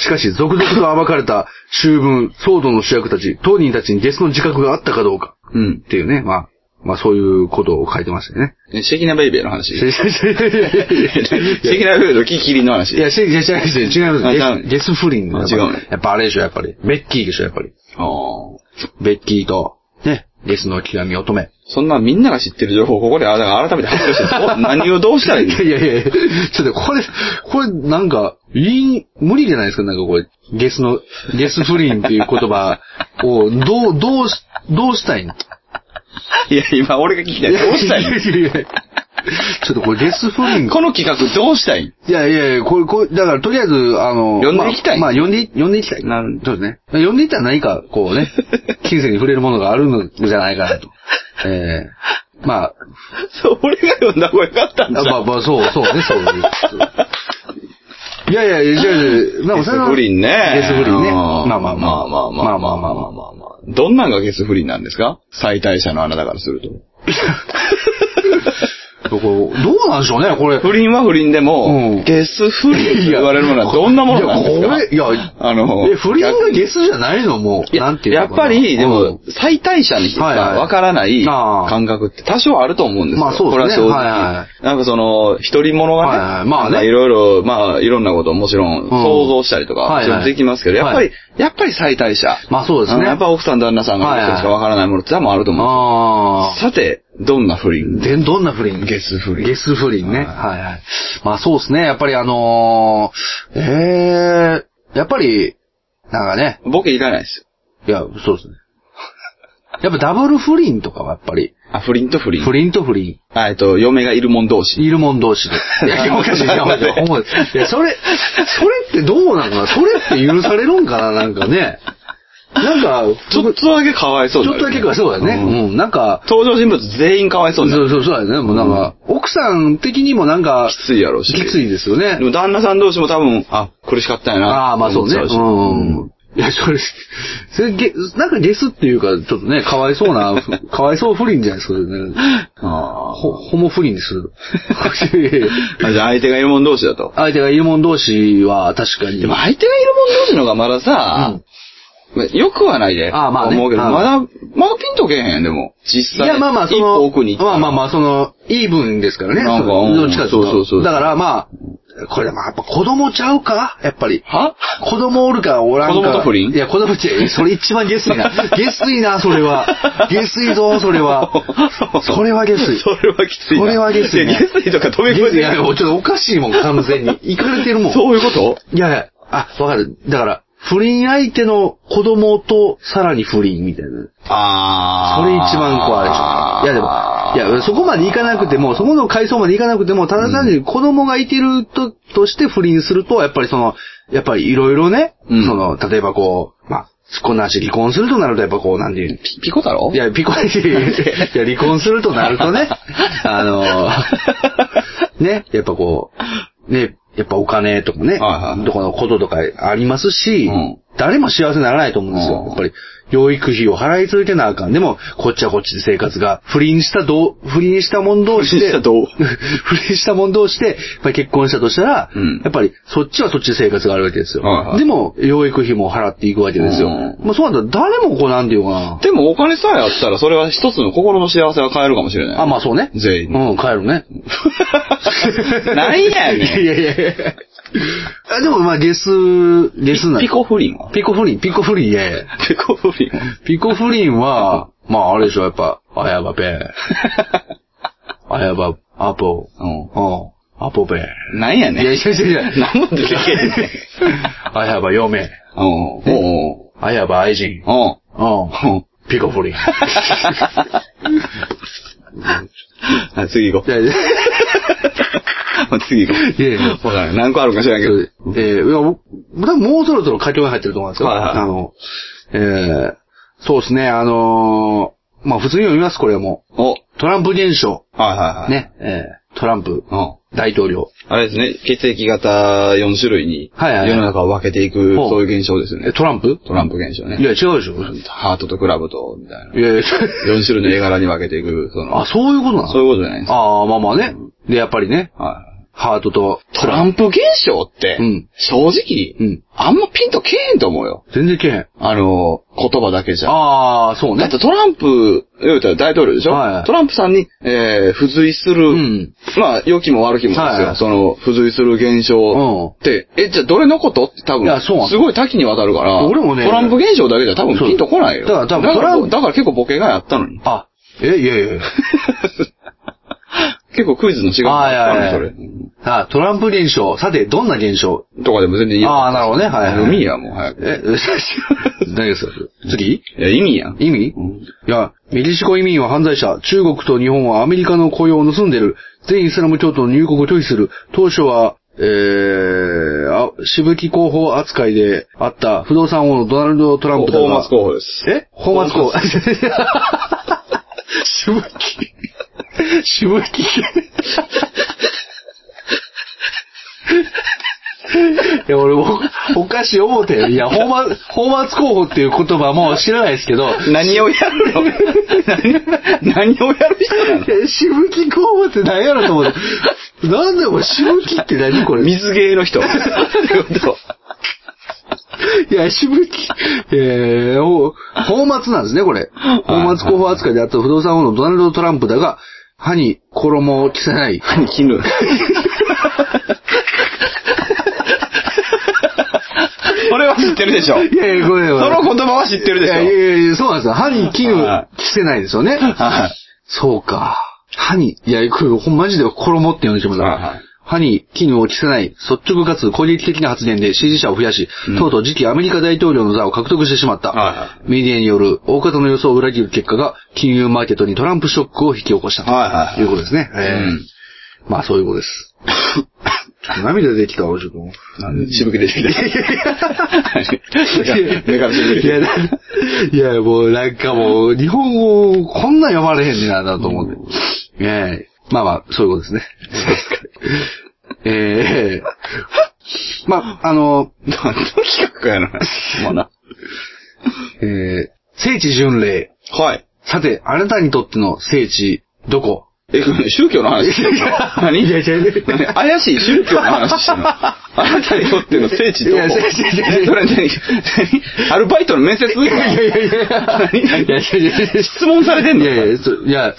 S1: しかし、続々と暴かれた囚文、騒動の主役たち、当人たちにゲスの自覚があったかどうか
S2: うん。
S1: っていうね、まあ、まあそういうことを書いてましたよ ね。
S2: えシェキナベイベーの話。
S1: い
S2: シェキナベイベーのキキリンの話。
S1: や、違う違う違う違う
S2: あ
S1: 違
S2: 違
S1: う
S2: う
S1: ゲス。ゲス不倫の
S2: あ違うね
S1: やっぱあれでしょ、やっぱり。ベッキーでしょ、やっぱり。
S2: あー
S1: ベッキーと、ね、ゲスの極み乙女。
S2: そんなみんなが知ってる情報をここであ改めて発表して、どう何をどうしたらいい
S1: いやいやいや、ちょっとこれ、これなんか、いい、無理じゃないですか、なんかこれ、ゲスの、ゲス不倫っていう言葉を、どう、どうし、どうしたいの
S2: いや、今俺が聞きたい。どうしたい
S1: いやいやいやちょっとこれゲス不倫。
S2: この企画どうしたい
S1: いやいやいや、これ、これ、だからとりあえず、あの、
S2: 呼んでいきたい
S1: まあ、まあ呼んで、呼んでいきたい。
S2: なる
S1: そうですね。呼んでいったら何か、こう ね、金銭に触れるものがあるのじゃないかなと。ええまあ、
S2: そう、俺が読んだ方がよかったんだ。
S1: あまあまあ、そう、そうね、そう。いやいやいや、じゃあじゃあ、まあ
S2: ゲ
S1: そ
S2: ス
S1: れは
S2: 不倫ね。
S1: ゲス不倫ね。ま
S2: うん
S1: あまあまあ。
S2: まあまあまあ。
S1: まあまあまあまあ。
S2: まあまあ。どんなんがゲス不倫なんですか最大者のあなたからすると。
S1: これどうなんでしょうね、これ。
S2: 不倫は不倫で
S1: うん
S2: も、ゲス不倫と言われるものはどんなものなんですか
S1: いや、これ、いや、
S2: あの
S1: え、不倫がゲスじゃないのもう、
S2: いや
S1: なんていう
S2: や
S1: の
S2: っ
S1: かな
S2: ぱり、で
S1: う
S2: も
S1: ん、
S2: 最大者にしか
S1: はいはい
S2: わからない
S1: ああ
S2: 感覚って多少あると思うんですよ。
S1: まあそうですね
S2: これ
S1: はい
S2: は
S1: は
S2: 正直。なんかその、一人者がね、
S1: はいはいまあね
S2: なんかいろいろ、まあいろんなことをもちろん想像したりとか、
S1: はいはい
S2: もちろんできますけど、やっぱ
S1: は
S2: り
S1: い、
S2: やっぱり最大者。
S1: まあそうです
S2: あの
S1: ね。
S2: やっぱ奥さん旦那さんがどうしてるしかわからないものって多分あると思う。
S1: ああ。
S2: さて、どんな不倫
S1: で、どんな不倫
S2: ゲス不倫
S1: ゲス不倫ね。は
S2: はいい
S1: はい。まあそうですね。やっぱりあのー、ええやっぱり、なんかね、
S2: ボケいらないですよ。
S1: いや、そうですね。やっぱダブル不倫とかはやっぱり、
S2: あ、不倫と不倫
S1: 不。倫と不倫、
S2: あえっと、嫁がいるもん同士。
S1: いるもん同士で。いや、いやおかしい、いや、おかしいほんまですいや、それ、それってどうなのかなそれって許されるんかななんかね。なんか、
S2: ちょっとだけかわいそう
S1: ち
S2: に
S1: ょ
S2: な
S1: っと
S2: る
S1: だけか、そうだね。
S2: ん
S1: うん、なんか、
S2: 登場人物全員かわいそ
S1: そうう
S2: になる。
S1: そうそうだね。もうなんか、奥さん的にもなんか、
S2: きついやろうし。
S1: きついですよね
S2: で。も旦那さん同士も多分、あ、苦しかったんやな。
S1: ああ、まあそうね。
S2: 思っ
S1: う
S2: ちゃし
S1: ん。いや、それ、それゲ、なんかゲスっていうか、ちょっとね、かわいそうな、かわいそう不倫じゃないですか、ね。
S2: あ
S1: ほ、ホモ不倫です。
S2: あ。じゃあ相手がいるもん同士だと。
S1: 相手がいるもん同士は確かに。
S2: でも相手がいるもん同士の方がまださ、よくはないで。
S1: ああまあね
S2: 思うけど、
S1: うん
S2: まだ、まだピンとけえへんやん、でも。
S1: い
S2: 実際。
S1: や、まあまあ、そ
S2: 一歩
S1: の、
S2: 奥に行った
S1: ま
S2: ら
S1: あまあまあ、その、イーブンですからね。
S2: なんか
S1: その
S2: うん
S1: どっちかっていと
S2: そうそうそう
S1: だからまあ、これまあ、やっぱ子供ちゃうかやっぱり。
S2: は
S1: 子供おるかおらんか。
S2: 子供と不倫
S1: いや、子供って、それ一番下水 な。下水な、それは。下水ぞ、それは。それは下水。
S2: それはきついな。
S1: それはゲスや
S2: いやゲスとか飛び
S1: 下水
S2: 越えて
S1: いや、もうちょっとおかしいもん、完全に。いかれてるもん。
S2: そういうこと
S1: いやいや、あ、わかる。だから、不倫相手の子供とさらに不倫みたいな。
S2: あー。
S1: それ一番怖いです。いやでも、いや、そこまでいかなくても、そこの階層までいかなくても、ただ単に子供がいてると、として不倫すると、やっぱりその、やっぱりいろいろね、
S2: うん
S1: その、例えばこう、まあ、こんな話離婚するとなると、やっぱこう、なんていう、
S2: ピピコ太郎
S1: いや、ピコリティ、いや、離婚するとなると ね、あの、ね、やっぱこう、ね、やっぱお金とかね、
S2: はいはい
S1: どこのこととかありますし、
S2: うん
S1: 誰も幸せにならないと思うんですよ
S2: う。ん
S1: やっぱり、養育費を払い続けなあかん。でも、こっちはこっちで生活が、不倫したどう、不倫した者同士で、
S2: 不倫したどう
S1: 不倫した者同士で、やっぱり結婚したとしたら、
S2: うん
S1: やっぱり、そっちはそっちで生活があるわけですよ。
S2: はいはい
S1: でも、養育費も払っていくわけですよ。
S2: うん
S1: まあそうなんだ、誰もこうなんていうかな。
S2: でもお金さえあったら、それは一つの心の幸せは変えるかもしれない。
S1: あ、まあそうね。
S2: 全員
S1: うん、帰るね。
S2: なんやね
S1: い
S2: ん
S1: やいやいやいやあでもまあ、ゲス、ゲ スな。
S2: ピコ不倫は
S1: ピコフリン、ピコフリン、いやいや
S2: ピコ不倫は
S1: ピコフリンは、まああれでしょ、やっぱ、あやばべ。あやば、アポ。
S2: う
S1: うん。アポべ。い
S2: ん。なんやね
S1: や
S2: ん。
S1: いやいやいや。
S2: なんも出てけえへんねん。
S1: あやば嫁。
S2: おうおう
S1: あやば愛人。
S2: おう
S1: うん。ピコフリン。
S2: はい次行こ
S1: いやいや
S2: う。次行こう。
S1: いやいや
S2: わからん。何個あるか知らんけど。
S1: えー、いや、僕多分もうそろそろ佳境に入ってると思うんですよ。
S2: はいはい
S1: あの、えー、そうですね、あのーまあ普通に読みます、これも。
S2: お。はい
S1: トランプ現象。
S2: はいはい。。
S1: ね、えー、トランプ
S2: うん。
S1: 大統領。
S2: あれですね、血液型4種類に、
S1: はいはいはい
S2: 世の中を分けていく、
S1: ほう
S2: そういう現象ですよ
S1: え、
S2: ね。
S1: トランプ
S2: トランプ現象
S1: い
S2: ね。
S1: や、違うでしょ。
S2: ハートとクラブと、みたいな。
S1: いやいや、
S2: 4種類の絵柄に分けていく、その、
S1: あ、そういうことなの
S2: そういうことじゃないんですか。
S1: ああ、まあまあね。で、やっぱりね、
S2: はい
S1: ハートと
S2: トランプ現象って、
S1: うん
S2: 正直、
S1: うん
S2: あんまピンとけえへんと思うよ。
S1: 全然けへん。
S2: あの、言葉だけじゃ。
S1: ああ、そう
S2: だっ
S1: ね。
S2: てトランプ、言うたら大統領でしょ、
S1: はい
S2: トランプさんに、えー、付随する、
S1: うん
S2: まあ、良きも悪きもですよ。
S1: はい
S2: その、付随する現象って、え、じゃあどれのことって多
S1: いやそうな
S2: 分、
S1: の
S2: すごい多岐にわたるから、
S1: 俺もね
S2: トランプ現象だけじゃ多分
S1: そう
S2: ピンとこないよ。
S1: だから多分
S2: だ
S1: トラ
S2: か
S1: ン
S2: らだから結構ボケがやったのに。
S1: あ、え、い やいやいや。
S2: 結構クイズの違いがあったのに、それ。
S1: ああ、トランプ現象。さて、どんな現象
S2: とかでも全然いいよ。
S1: ああ、なるほどね。はい、はい。
S2: 意味や、もう早く。
S1: え、何ですか次
S2: いや、意味やん。
S1: 意味、
S2: ん
S1: いや、メキシコ移民は犯罪者、中国と日本はアメリカの雇用を盗んでる、全イスラム教徒の入国を拒否する、当初は、えー、あ、しぶき広報扱いであった不動産王のドナルド・トランプだ
S2: トーマス
S1: が、
S2: 候補です。
S1: えホーマス候補。しぶき。しぶき。 いや、俺も、おかしい思うてん。いや、ホーマ、ホーマス候補っていう言葉も知らないですけど、
S2: 何をやるの何何をやる人なの
S1: いや しぶき候補って何やろと思って。なんだよ、これ、しぶきって何これ。い
S2: 水芸の人。ってこと
S1: や、しぶき、えー、ほ泡沫なんですね、これ。泡沫候補扱いであった不動産王のドナルド・トランプだが、歯に衣を着せない。
S2: 絹。それは知ってるでしょ。
S1: いやいや、これ
S2: そ
S1: は。
S2: の言葉は知ってるで
S1: い
S2: し
S1: やい
S2: ょ。
S1: やいや、そうなんですよ。歯に絹着せないですよね。
S2: はい
S1: そうか。歯に、いや、これ、ほんマジで衣って言うんですよ、まだ
S2: はいはいうん
S1: とうとう次期アメリカ大統領の座を獲得してしまった。
S2: はいは
S1: メディアによる大方の予想を裏切る結果が、金融マーケットにトランプショックを引き起こしたと
S2: はいはいはい
S1: いうことですね。えー
S2: うん
S1: まあ、そういうこと です。ちょっと涙出てきたわ、ちょっと。
S2: なんでしぶき出てきた。目からしぶき出て
S1: い
S2: き
S1: や、ないや、もうなんかもう、日本語こんな読まれへんねやなと思って。ええまあまあ、そういうことですね。ええまあ、あの、
S2: た。何の企画やな。まあな。
S1: ええ聖地巡礼。
S2: はい。
S1: さて、あなたにとっての聖地、どこ
S2: え、宗教の話してんの何
S1: いやいやいやいや
S2: 怪しい宗教の話して んのあなたにとっての聖地どこ
S1: いや聖地聖地
S2: えそれ何何アルバイトの面接いや
S1: いやいやいやいやいやいや
S2: 質問されてんの
S1: いやいや、そいや、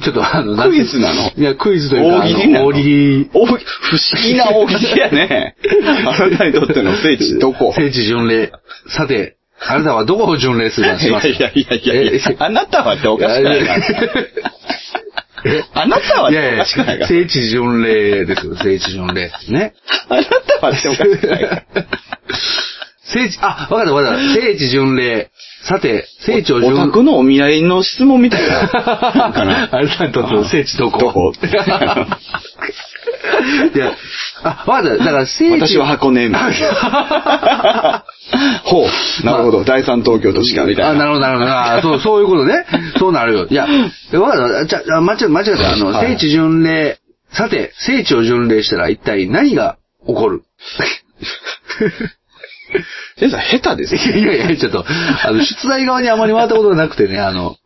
S1: ちょっとあの、なんて
S2: クイズなの
S1: いや、クイズというか、あの
S2: 大喜利なの
S1: 大喜利。
S2: 大喜利不思議な大喜利やね。あなたにとっての聖地どこ
S1: 聖地巡礼。さて、あなたはどこを巡礼するか
S2: い
S1: しま
S2: や
S1: す
S2: いやいやいやいや
S1: え
S2: あなたはっておかしくない
S1: いや
S2: な。あなたはっ
S1: い
S2: て
S1: や
S2: お
S1: い
S2: かしくない
S1: や、
S2: か。
S1: 聖地巡礼ですよ、聖地巡礼。ね。
S2: あなたはっておかしくないか。
S1: 聖地、あ、わかったわかった。聖地巡礼。さて、聖地を
S2: お
S1: 巡
S2: 宅のお見合いの質問みたいな。なんか な。
S1: あれさんにとっての聖地どこ
S2: どこ
S1: いや、あ、わかった。だから聖地。
S2: 私は箱根、みたい な。ほう。なるほど。第三東京都市か、みたいな。
S1: あ、なるほど、なるほど。あそう、そういうことね。そうなるよ。いや、わかった。じゃあ、間違えた、間違えた。あの、
S2: はい
S1: 聖地巡礼。さて、聖地を巡礼したら一体何が起こる
S2: 先生、下手です
S1: い。やいやいや、ちょっと、あの、出題側にあまり回ったことがなくてね、あの、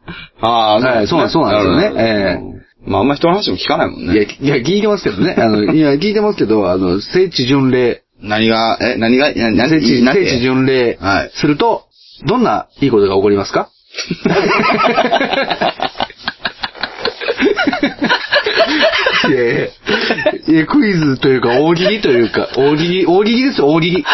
S2: あ
S1: はいそうなんですよね
S2: ね。ええ。まあ、あんま人の話も聞かないもん
S1: いや、
S2: ね。
S1: いや、聞いてますけどね。あ の、いや、聞いてますけど、あの、聖地巡礼、
S2: 何が、え、何が、な何
S1: 聖地、
S2: 何
S1: 聖地巡礼
S2: はい、
S1: すると、どんないいことが起こりますか いやいやいや、クイズというか、大喜利というか、大喜利、大喜利ですよ、大 喜利。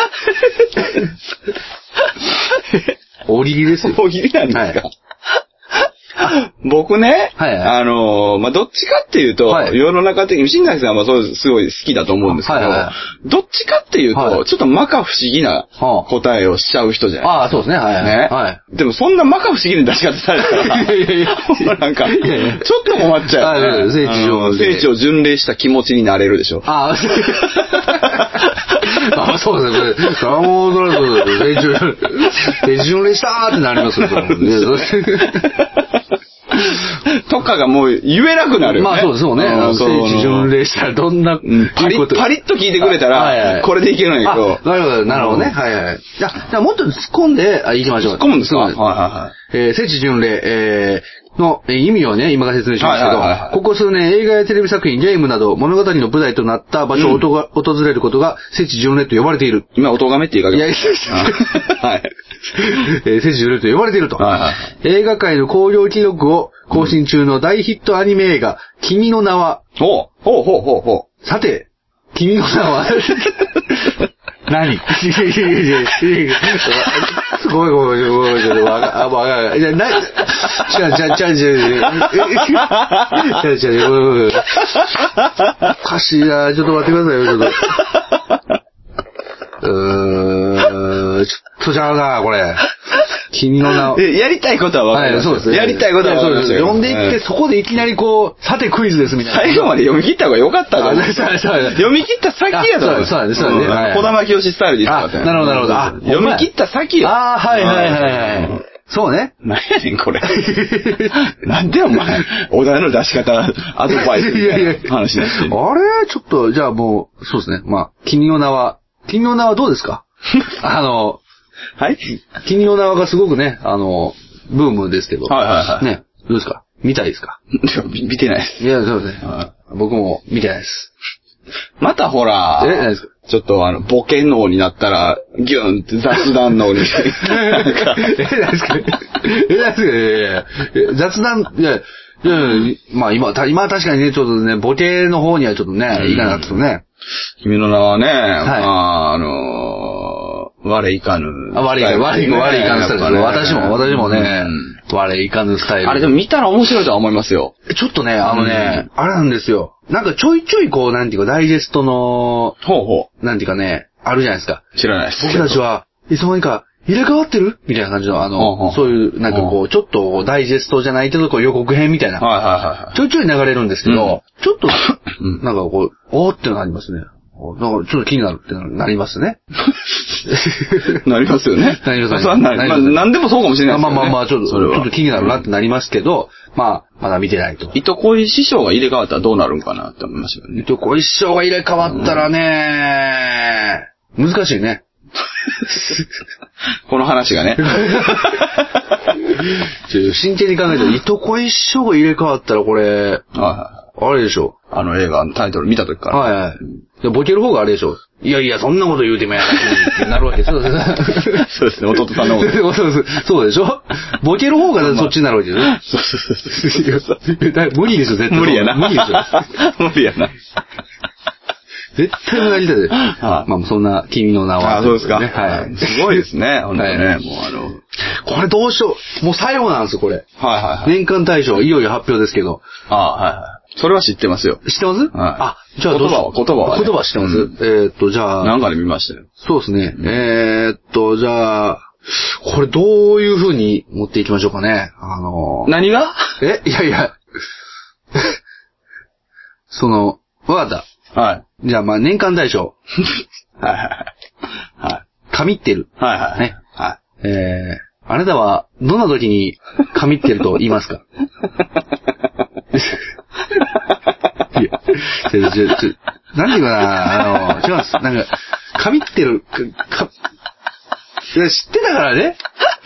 S1: 大喜利ですよ。
S2: 大喜利なんですか、 僕ね、
S1: はいはい
S2: あのーまあ、どっちかっていうと、
S1: はい
S2: 世の中的に、新谷さんはそうですすごい好きだと思うんですけど、
S1: はいは
S2: どっちかっていうと、
S1: はい
S2: ちょっと摩訶不思議な
S1: はあ
S2: 答えをしちゃう人じゃない
S1: ああ、そうですね、はい。
S2: ね、
S1: はい。
S2: でもそんな摩訶不思議な出し方された ら、
S1: いやいやいや
S2: もうなんか、
S1: いやいや
S2: ちょっと困っちゃうよね、
S1: あ聖地巡礼
S2: あの聖地を巡礼した気持ちになれるでしょ。
S1: ああ、あそうですね。それはもう、それはそうです。練習、練習の練したーってなりますよ。それはもうねそれ
S2: とかがもう言えなくなるよね。
S1: まあそうですよね。あの
S2: ん
S1: 聖
S2: その
S1: 地巡礼したらどんな、
S2: うんパリッ、パリッと聞いてくれたら、
S1: はいはい
S2: これでいけるんや
S1: あ
S2: けど。
S1: なるほど、なるほどね。はいはい。じゃあ、じゃあもっと突っ込んで、あ、行きましょう。
S2: 突っ込むんですか
S1: そうな
S2: はいはいはい
S1: えー聖地巡礼、えーのえー意味をね、今から説明しますけど、
S2: はいはいはいはい
S1: ここ数年映画やテレビ作品、ゲームなど物語の舞台となった場所をおとが、訪れることが聖地巡礼と呼ばれている。
S2: 今、おとがめって言いかけ
S1: いやいや
S2: た。はい。
S1: えー、聖地巡礼と呼ばれていると。
S2: はいはいは
S1: 映画界の興行記録を更新中の大ヒットアニメ映画、君の名は、
S2: ほう、ほうほうほうほ
S1: さて、君の名は、何いやいやいやいやいやごめんごめんごめんごめんごめん。わか、あ、わかんない。いや、な、ちゃうちゃうちゃうちゃう。ええちゃうちゃう。ごめんごめんごめん。おかしいな。ちょっと待ってくださいよ、ちょっと。うーん、ちょっとちゃうな、これ。君の名は
S2: う。。え、やりたいことは分かりました。
S1: そうですね。
S2: やりたいことは分かりました
S1: いや
S2: よ。
S1: そうです読んでいって、そこでいきなりこう、さてクイズですみたいな。
S2: 最後まで読み切った方が良かったと思う
S1: あそうそうそう
S2: 読み切った先やと思
S1: あそうそうですそうです
S2: ん
S1: はい
S2: 小玉清スタイルでいいかったよ
S1: あなるほどなるほどあ
S2: 読み切った先よ。
S1: ああ、はいはいはいはい。そうね。
S2: 何やねん、これ。なんでお前、お題の出し方、アドバイスみたいな話になってんの
S1: あれちょっと、じゃあもう、そうですね。まあ、君の名は、君の名はどうです かあの、
S2: はい
S1: 君の名はがすごくね、あの、ブームですけど。
S2: はいはいはい
S1: ね。どうですか見たいですか
S2: いや見見てないです。
S1: いや、そうですね
S2: は。
S1: 僕も見てないです。
S2: またほら、
S1: え何ですか
S2: ちょっとあの、ボケ脳になったら、ギュンって雑 談脳に。なんか
S1: え、何ですかえ、何ですかいやいやいや雑談、いや、いやいやまあ今、た今は確かにね、ちょっとね、ボケの方にはちょっとね、いかなかったですよね。
S2: 君の名はね、
S1: い
S2: まあ、あのー、我いかぬ。
S1: あ悪いか、悪いか、悪いかのスタイルですね。
S2: やっぱり
S1: 私も、私もね
S2: うん、
S1: 悪いかのスタイル。
S2: あれでも見たら面白いとは思いますよ。
S1: ちょっとね、あのね、あれなんですよ。なんかちょいちょいこう、なんていうか、ダイジェストの、
S2: ほうほ
S1: なんていうかね、あるじゃないですか。
S2: う。知らないです。
S1: 僕たちは、いつの間にか、入れ替わってるみたいな感じの、あ
S2: うんうん
S1: の、そういう、なんかこう、ちょっとダイジェストじゃないけど、こう予告編みたいな。
S2: はいはいはいはい。
S1: ちょいちょい流れるんですけど、ちょっと
S2: うん、
S1: なんかこう、おーってなりますね。なんかちょっと気になるってなります ね。
S2: なりますよね。
S1: なります
S2: そうなり
S1: なり
S2: ま
S1: ま
S2: あ、
S1: す
S2: なんでもそうかもしれないです
S1: まあ
S2: よね。
S1: まあまあ、ちょっと、ち
S2: それは
S1: ょっと気になるなってなりますけど、まあ、まだ見てないと。
S2: いとこい師匠が入れ替わったらどうなるんかなって思いましたけど
S1: え
S2: ね
S1: っ。と、ご一生が入れ替わったらね、難しい ね。
S2: この 話がね。
S1: ちょ真剣に考えて、いとこ一生が入れ替わったらこれ、
S2: はいは
S1: あれでしょ
S2: い。あの映画のタイトル見た時から。
S1: はいはい。でボケる方があれでしょいやいや、そんなこと言うてもやなってなるわけ ですよ。
S2: そうですね、弟さんの方 が。
S1: そうそうそうそうでし ょボケる方がそっちになるわけですよね。
S2: そうそうそうそう。
S1: 無理ですよ、絶対。
S2: 無理やな。
S1: 無理ですよ。
S2: 無理やな。
S1: 絶対無駄にだぜ。
S2: はい
S1: まあ、そんな君の名は。
S2: あ、そうですか。
S1: ねは
S2: すごいですね、本 当
S1: はい
S2: ね。もうあの、はい
S1: これどうしよう。もう最後なんですよ、これ。
S2: はいはい。
S1: 年間大賞、いよいよ発表ですけど。
S2: あはいはい。それは知ってますよ。
S1: 知ってますあ、じゃあどうしよう
S2: 言葉は言葉はね
S1: 言葉知ってます
S2: うん
S1: えーっと、じゃ
S2: な
S1: あ、
S2: んかで見ましたよ。
S1: そうですね。えーっと、と、じゃあ、これどういう風に持っていきましょうかね。あの、
S2: 何が
S1: えいやいや。 その、わかった。
S2: はい。
S1: じゃあ、まあ、年間大賞。
S2: はいはい
S1: 神ってる。
S2: はい。はいはい。
S1: ね
S2: は
S1: えー、あなたは、どんな時に神ってると言いますかいや、ちょ、ちょ、ちょ、なんていうかな、あの、違うんです。なんか、神ってる、か、か、いや知ってたからね。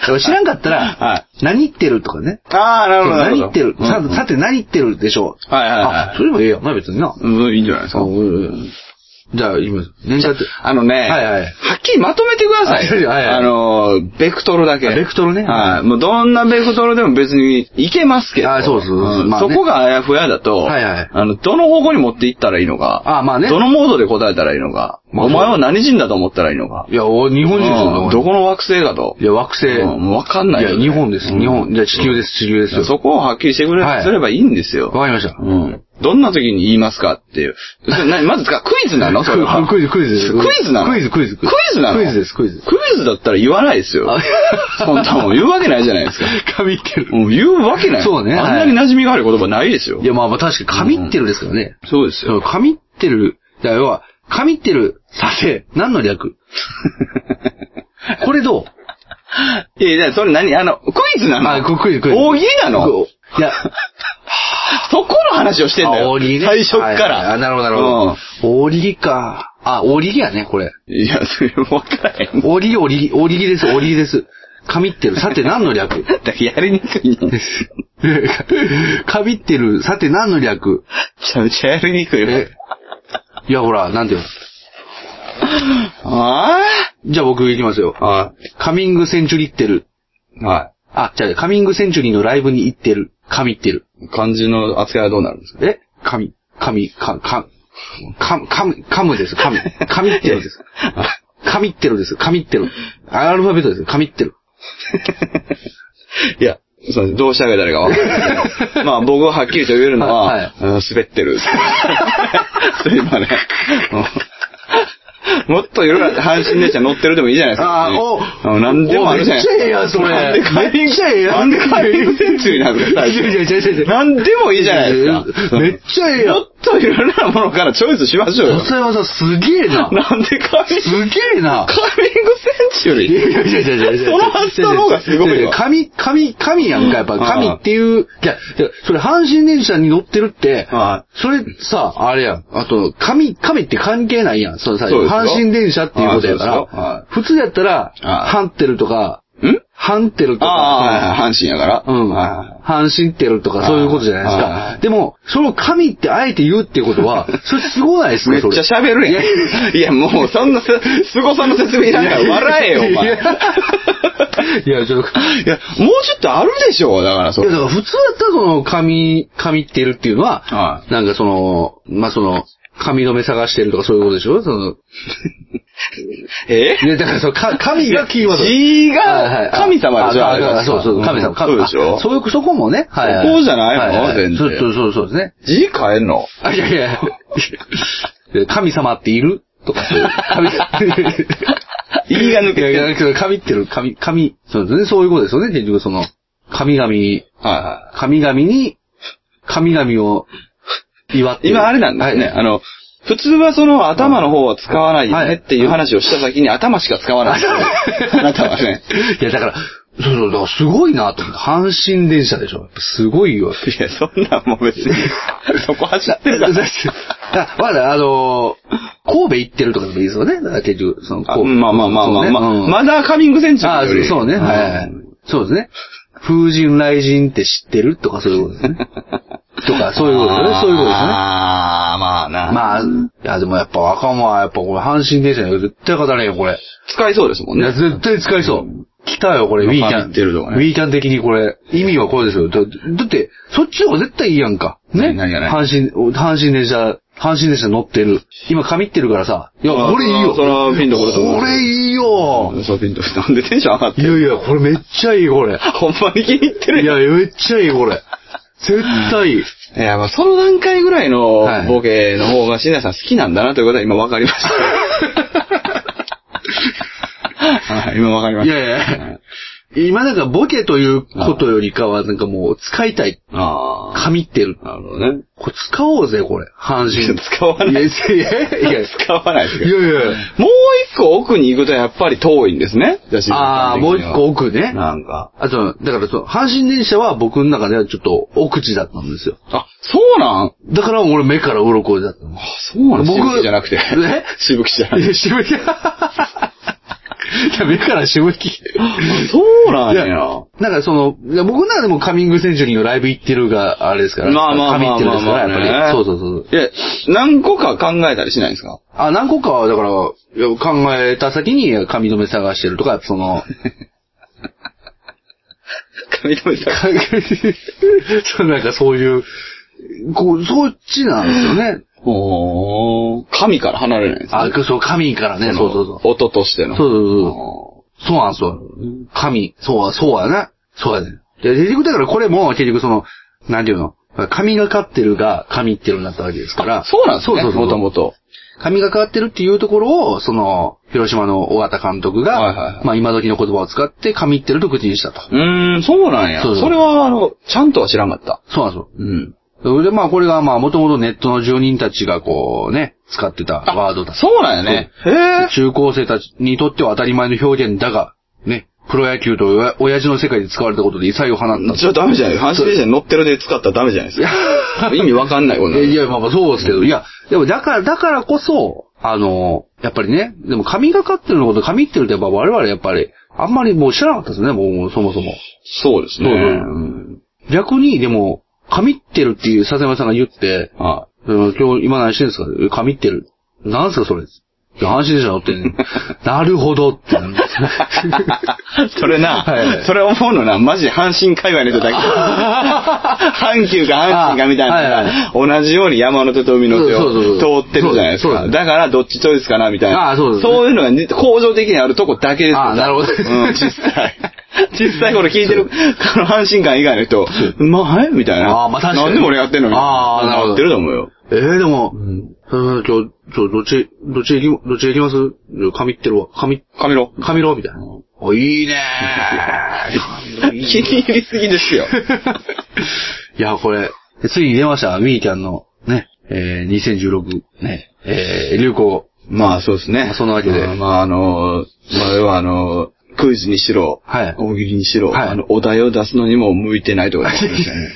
S1: でも知らんかったら、
S2: は
S1: 何言ってるとかね。
S2: い。ああ、なるほど。な
S1: 何
S2: ほど
S1: 言ってる、さ
S2: うん
S1: さて何言ってるでしょう。
S2: はいはいはい
S1: あ、それもええやんな、別にな。
S2: うん、いいんじゃないですか。
S1: じゃあ、今、年間って、
S2: あのね、
S1: はいはい
S2: っきりまとめてください。
S1: はいはいはい
S2: あの、ベクトルだけ。
S1: あベクトルね
S2: はい。もうどんなベクトルでも別にいけますけど。
S1: あそうそうそうんまあね
S2: そこがあやふやだと、
S1: はいはい
S2: あの、どの方向に持っていったらいいのか。
S1: あまあね
S2: どのモードで答えたらいいのか。
S1: まあ
S2: お前は何人だと思ったらいいのか。
S1: いや、お日本人です
S2: う
S1: よ
S2: ん、どこの惑星かと。
S1: いや、惑星。
S2: うんもうわかんないよね
S1: や、日本です。
S2: うん
S1: 日本。じゃあ地球です、地球ですよ。
S2: そこをはっきりしてくれ、
S1: はい
S2: すればいいんですよ。
S1: わかりました。
S2: うん。どんな時に言いますかっていう。それ何まずか、クイズなのそれ は。
S1: クイズ、クイズです。
S2: クイズなの
S1: クイズ、クイズ。
S2: クイズなの
S1: クイズです、クイズ。
S2: クイズだったら言わないですよ
S1: あ。
S2: そんなもん言うわけないじゃないですか。
S1: 神ってる。
S2: もう言うわけない。
S1: そうね
S2: あんなに馴染みがある言葉ないですよ。
S1: いや、まあまあ確かに神ってるですからね。
S2: そうです
S1: そ
S2: よ。
S1: の神ってる。だから要は、神ってる、させ、何の略これ どう
S2: いや、じゃあそれ何あの、クイズなの
S1: あ、ククイズ、クイズ。
S2: 大喜利なの
S1: いや、
S2: そこの話をしてんだよ。
S1: あ大喜利ね。
S2: 最初っか
S1: はいはい
S2: ら。
S1: あ、なるほど、なるほど。大喜利か。あ、大喜利やね、これ。
S2: うん。いや、それ分からへん。
S1: 大喜利、大喜利、大喜利です、大喜利です。神ってる、さて何の略
S2: だからやりにくいね。
S1: かびってる、さて何の略
S2: めちゃめちゃやりにくいわ
S1: えいや、ほら、なんていう
S2: あ
S1: のじゃあ僕行きますよ
S2: あ。は
S1: カミングセンチュリってる。
S2: い。は
S1: あ、じゃあ、カミングセンチュリーのライブに行ってる。神ってる。
S2: い。漢字の扱いはどうなるんですか
S1: え神、神、か、か、か、かむ、かむです。神。神ってるです。神ってるです。神ってる。アルファベットです。神ってる。
S2: いや、そうどうしてあげたらいいか分かんない。まあ僕ははっきりと言えるのは、
S1: はいはい
S2: うん滑ってる。それ今ね。うんもっといろいろ阪神電車乗ってるでもいいじゃないですか。
S1: あーお
S2: うん何でもあるじゃない
S1: おめっちゃええやんそれ
S2: なんでカーリン
S1: めっちゃええ
S2: グ、
S1: やん
S2: なんでカーリングセンチュリーなんですか
S1: いやいやいやいやいや
S2: 何でもいいじゃないですか。
S1: めっちゃええやん
S2: もっといろいろなものからチョイスしましょうよ。
S1: 笹山さん、すげえな。
S2: なんでカーリン
S1: す
S2: グ、
S1: げえな
S2: カ。ーリングセンチュ
S1: い
S2: リー
S1: やいやいやいやいやいや
S2: その発想の方がすごいわ
S1: いやや神、神、神やんか、やっぱ。神っていう。いや、いやそれ、阪神電車に乗ってるって
S2: は、
S1: それさ、あれやん。あと、神、神って関係ないやん。そのさ、
S2: そうですよ
S1: 阪神電車っていうことやか
S2: あそうですよは
S1: ら。普通やったら、
S2: はい
S1: ハンテルとか、
S2: ん
S1: ハンテルと
S2: あ
S1: か、
S2: あ、はいはい阪神やから。
S1: うん。
S2: はいはい
S1: 阪神テルとかそういうことじゃないです
S2: はいは
S1: か。でも、その神ってあえて言うっていうことは、それすごないです
S2: め
S1: ね、
S2: っ
S1: それ。
S2: ちゃ喋るやん。いや、もう、そんな、凄さの説明いらんから、笑えよ、お前。
S1: い
S2: い
S1: やいや、ちょっと。
S2: や、もうちょっとあるでしょ、だから、そ
S1: いや、
S2: れ。
S1: だから普通だったらその、髪、髪ってるっていうのは、
S2: は
S1: なんかその、まあ、その、髪留め探してるとかそういうことでしょその、
S2: え
S1: いや、だからその、 か髪がキーワード。
S2: 字
S1: はいはい
S2: が神様でしょ、
S1: あ
S2: あれ
S1: ああそうそう、神様。神
S2: そうでしょ
S1: あそういう、そこもね。はいはい
S2: そこじゃないの
S1: はは
S2: 全然
S1: そうそうそうそうですね。
S2: 字変えんの
S1: あ、いやい やいや神様っているとかそういう。神
S2: 言いが抜け
S1: い
S2: て
S1: やい
S2: る。
S1: や、けど神ってる、神、神、そうですね、そういうことですよね、結局その、神々、
S2: はいは
S1: 神々に、神々を祝って
S2: い。
S1: る。
S2: 今、あれなんですね。
S1: はい
S2: あの、普通はその頭の方は使わないよ
S1: はい
S2: ねっていう話をした先に頭しか使わな い。あなたはね。
S1: いや、だから、そうそう、だからすごいなと思って。阪神電車でしょ。やっぱすご いよ。
S2: いや、そんなんもう別 に、そこ走ってるか
S1: だっ
S2: ら
S1: て。あ、まだ、あのー神戸行ってるとかでもいいですよね。だから結局、その、
S2: あ
S1: 神戸
S2: まあまあまあまあまあ、
S1: そうねうん
S2: まだカミングセンチュ
S1: あ
S2: リー
S1: あ、
S2: よ
S1: そうそう
S2: り。
S1: ね。
S2: ん
S1: はいはい。そうですね。風神雷神って知ってるとかそういうことで すね。とか、そういうことですね。そういうことですね。
S2: ああ、まあな。
S1: まあ、いや、でもやっぱ若者はやっぱこれ阪神電車には絶対勝たれんよ、これ。
S2: 使いそうですもん
S1: いや、
S2: ね。
S1: 絶対使いそう。来たよ、これ、ウィーキャン。
S2: ってるとかね
S1: ウィーキャン的にこれ、意味はこれですよ。だだって、そっちの方が絶対いいやんか。ね
S2: 何何がね
S1: 阪神、阪神電車、阪神電車乗ってる。今、神ってるからさ。いや、
S2: あ
S1: これいいよ。
S2: そらピンとこだと思う
S1: これいいよ。
S2: そう、ピンときた。なんでテンション上がって
S1: い
S2: る
S1: やいや、これめっちゃいい、こ れ。
S2: ほんまに気に入ってる
S1: い
S2: や
S1: や、めっちゃいい、これ。絶対いい。
S2: ん。いや、まあその段階ぐらいの
S1: はい
S2: ボケの方が、シ ナさん好きなんだなということは今分かりました。はい、今わかりま
S1: い
S2: した。
S1: やいやいや今なんかボケということよりかは、なんかもう使いたい。
S2: ああ。
S1: 神ってる。
S2: なるほどね。
S1: これ使おうぜ、これ。阪神。
S2: 使わない
S1: いやいやいやいや。い
S2: 使わないですけ
S1: や
S2: ど。
S1: いやいや。
S2: もう一個奥に行くとやっぱり遠いんですね。じゃ静岡
S1: ああ、
S2: 的
S1: も
S2: には
S1: う一個奥ね。
S2: なんか。
S1: あと、だからその、阪神電車は僕の中ではちょっと奥地だったんですよ。
S2: あ、そうなん
S1: だから俺目から鱗だったの。
S2: あ、そうなん
S1: 僕
S2: しぶきじゃなく て。
S1: え
S2: しぶきじゃなく
S1: い
S2: て。
S1: や、しぶき。い や、目からしぶ き。
S2: そうないん
S1: や
S2: や。
S1: なんかその、いや僕の中でもカミングセンチュリーのライブ行ってるが、あれですから。
S2: まあまあまあまあ
S1: 神ってるですから、やっ
S2: まあ
S1: ぱ
S2: ね
S1: り。そうそうそう。
S2: いや、何個か考えたりしないんですか
S1: あ、何個かは、だから、いや考えた先に髪留め探してるとか、そ の、
S2: 神留さん。
S1: そうなんかそういう、こう、そっちなんですよね。
S2: おー。神から離れないんですね
S1: あ、そう、神からね、そうそうそう。
S2: 音としての。
S1: そうそうそう
S2: そ
S1: そうなんですよ。神、そう、そうやな。そうやね。で、結局だからこれも、結局その、なんていうの神がかってるが、神ってるになったわけですから。
S2: そうなんですね。
S1: そうそうそう。
S2: もともと。
S1: 神が変わってるっていうところを、その、広島の尾形監督が、
S2: はいはいはい
S1: まあ今時の言葉を使って、神ってると口にしたと。
S2: うーん、そうなんや。
S1: そうそう
S2: それは、あの、ちゃんとは知らんかった。
S1: そうなんですよ。
S2: うん。
S1: それでまあこれがまあもともとネットの住人たちがこうね、使ってたワードだ。
S2: そうなんやね。へえ。
S1: 中高生たちにとっては当たり前の表現だが、ね、プロ野球とおや親父の世界で使われたことで異彩を放ったと。
S2: じゃあダメじゃない阪神電車に乗ってるで使ったらダメじゃないですか。意味わかんないことなん
S1: え
S2: で
S1: い
S2: す
S1: や、まあまあそうですけど、いや、でもだから、だからこそ、あの、やっぱりね、でも神がかってるのこと、神ってるってやっぱ我々やっぱり、あんまりもう知らなかったですね、もうそもそも。
S2: そうですね。
S1: そうそう
S2: うん
S1: 逆に、でも、神ってるっていう笹山さんが言って、
S2: は
S1: うん今日、今何してるんですか神ってる。なんすかそれ。いや阪神電車乗ってんねんなるほどってな るんですね。
S2: い。それ
S1: は、
S2: ないそれ思うのな、マジ阪神界隈 の人だけ。阪急か阪神かみたいな
S1: あ
S2: のが、同じように山手と海の手
S1: そうそうそう
S2: を
S1: そう
S2: 通ってるじゃないです
S1: そう
S2: か。
S1: です
S2: だからどっちチョイスかなみたいな。
S1: あそうですね
S2: そういうのがね構造的にあるとこだけですよ
S1: あなるほど
S2: うん、実 際。実際これ聞いてる、この阪神間以外の人、うまあ、はいみたいな。
S1: あまあ確かに
S2: なんで俺やってんのに。
S1: あなるほど
S2: ってると思うよ。
S1: ええでも、うん、今日、今日どっち、どっち行き、どっち行きますいや神ってるわ。神、
S2: カメロ。
S1: 神郎みたいな。お、いいねー
S2: 気に入りすぎですよ。
S1: いや、これ、ついに出ました、ミーキャンの、ね、えー、2016、ね、えー、流行。
S2: まあそうですね。
S1: まあそんなわけで
S2: あーまああのー、まあ要はあのー、クイズにしろ、
S1: はい
S2: 大喜利にしろ、
S1: はい
S2: あの、お題を出すのにも向いてないとか言ってました ね。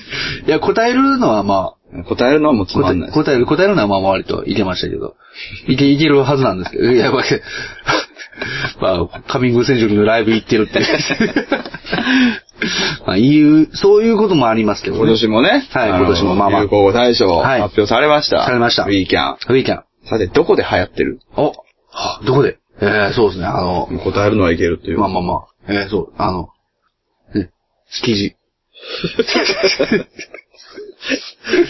S1: いや、答えるのはま
S2: 答えるのはもうつ
S1: あ、答
S2: ま
S1: え
S2: んないです。
S1: 答える、答えるのはまあ、割といけましたけど。いけ、いけるはずなんですけど。い や、まあ、まあ、カミングセンジュリーのライブ行ってる って。まあ、いう、そういうこともありますけどね。
S2: 今年もね、
S1: はい
S2: あの
S1: 今年もまあまあ
S2: 流行語大賞
S1: はい
S2: 発表されました。
S1: されました
S2: ウィーキャン。
S1: ウィーキャン。
S2: さて、どこで流行ってる
S1: お、はどこでえー、そうですね、あの、
S2: 答えるのはいけるという。
S1: まあまあまあ、えー、そう、あの、ね、築地。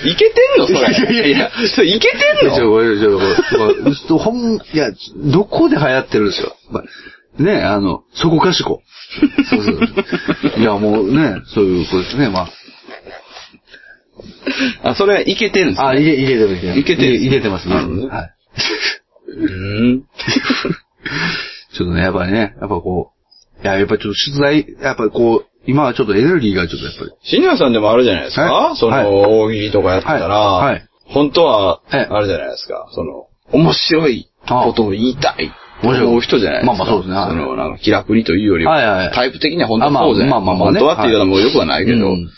S2: いけてんのそ
S1: い
S2: れ。
S1: やいやいや
S2: それいけてん
S1: ちょ、
S2: の
S1: これ、ちょ、これ、これほん、いや、どこで流行ってるんですよ。まねあの、そこかしこ。そうそう。いや、もうね、そういうことですね、ま
S2: あ、それいけてんす
S1: あ。あ、いけ、いけてる、いけてる。
S2: いけてる
S1: いけてますね。
S2: なるほどね
S1: はい。
S2: うん。
S1: ちょっとね、やっぱりね、やっぱこう、いや、やっぱちょっと出題、やっぱりこう、今はちょっとエネルギーがちょっとやっぱり。
S2: シニアさんでもあるじゃないですか、
S1: はい
S2: そ
S1: はい
S2: の、大喜利とかやってたら、
S1: はいはい
S2: 本当は、
S1: はい
S2: あれじゃないですか、その、面白いことを言いたい。
S1: 面白い
S2: 思う人じゃないですか。
S1: まあまあそうですねはい
S2: その、なんか、気楽にというよりは、
S1: はいはいはい
S2: タイプ的には本当
S1: あまあ
S2: はそうじゃない
S1: まあまあまあね
S2: 本当はっていうのもよくはないけど、
S1: うん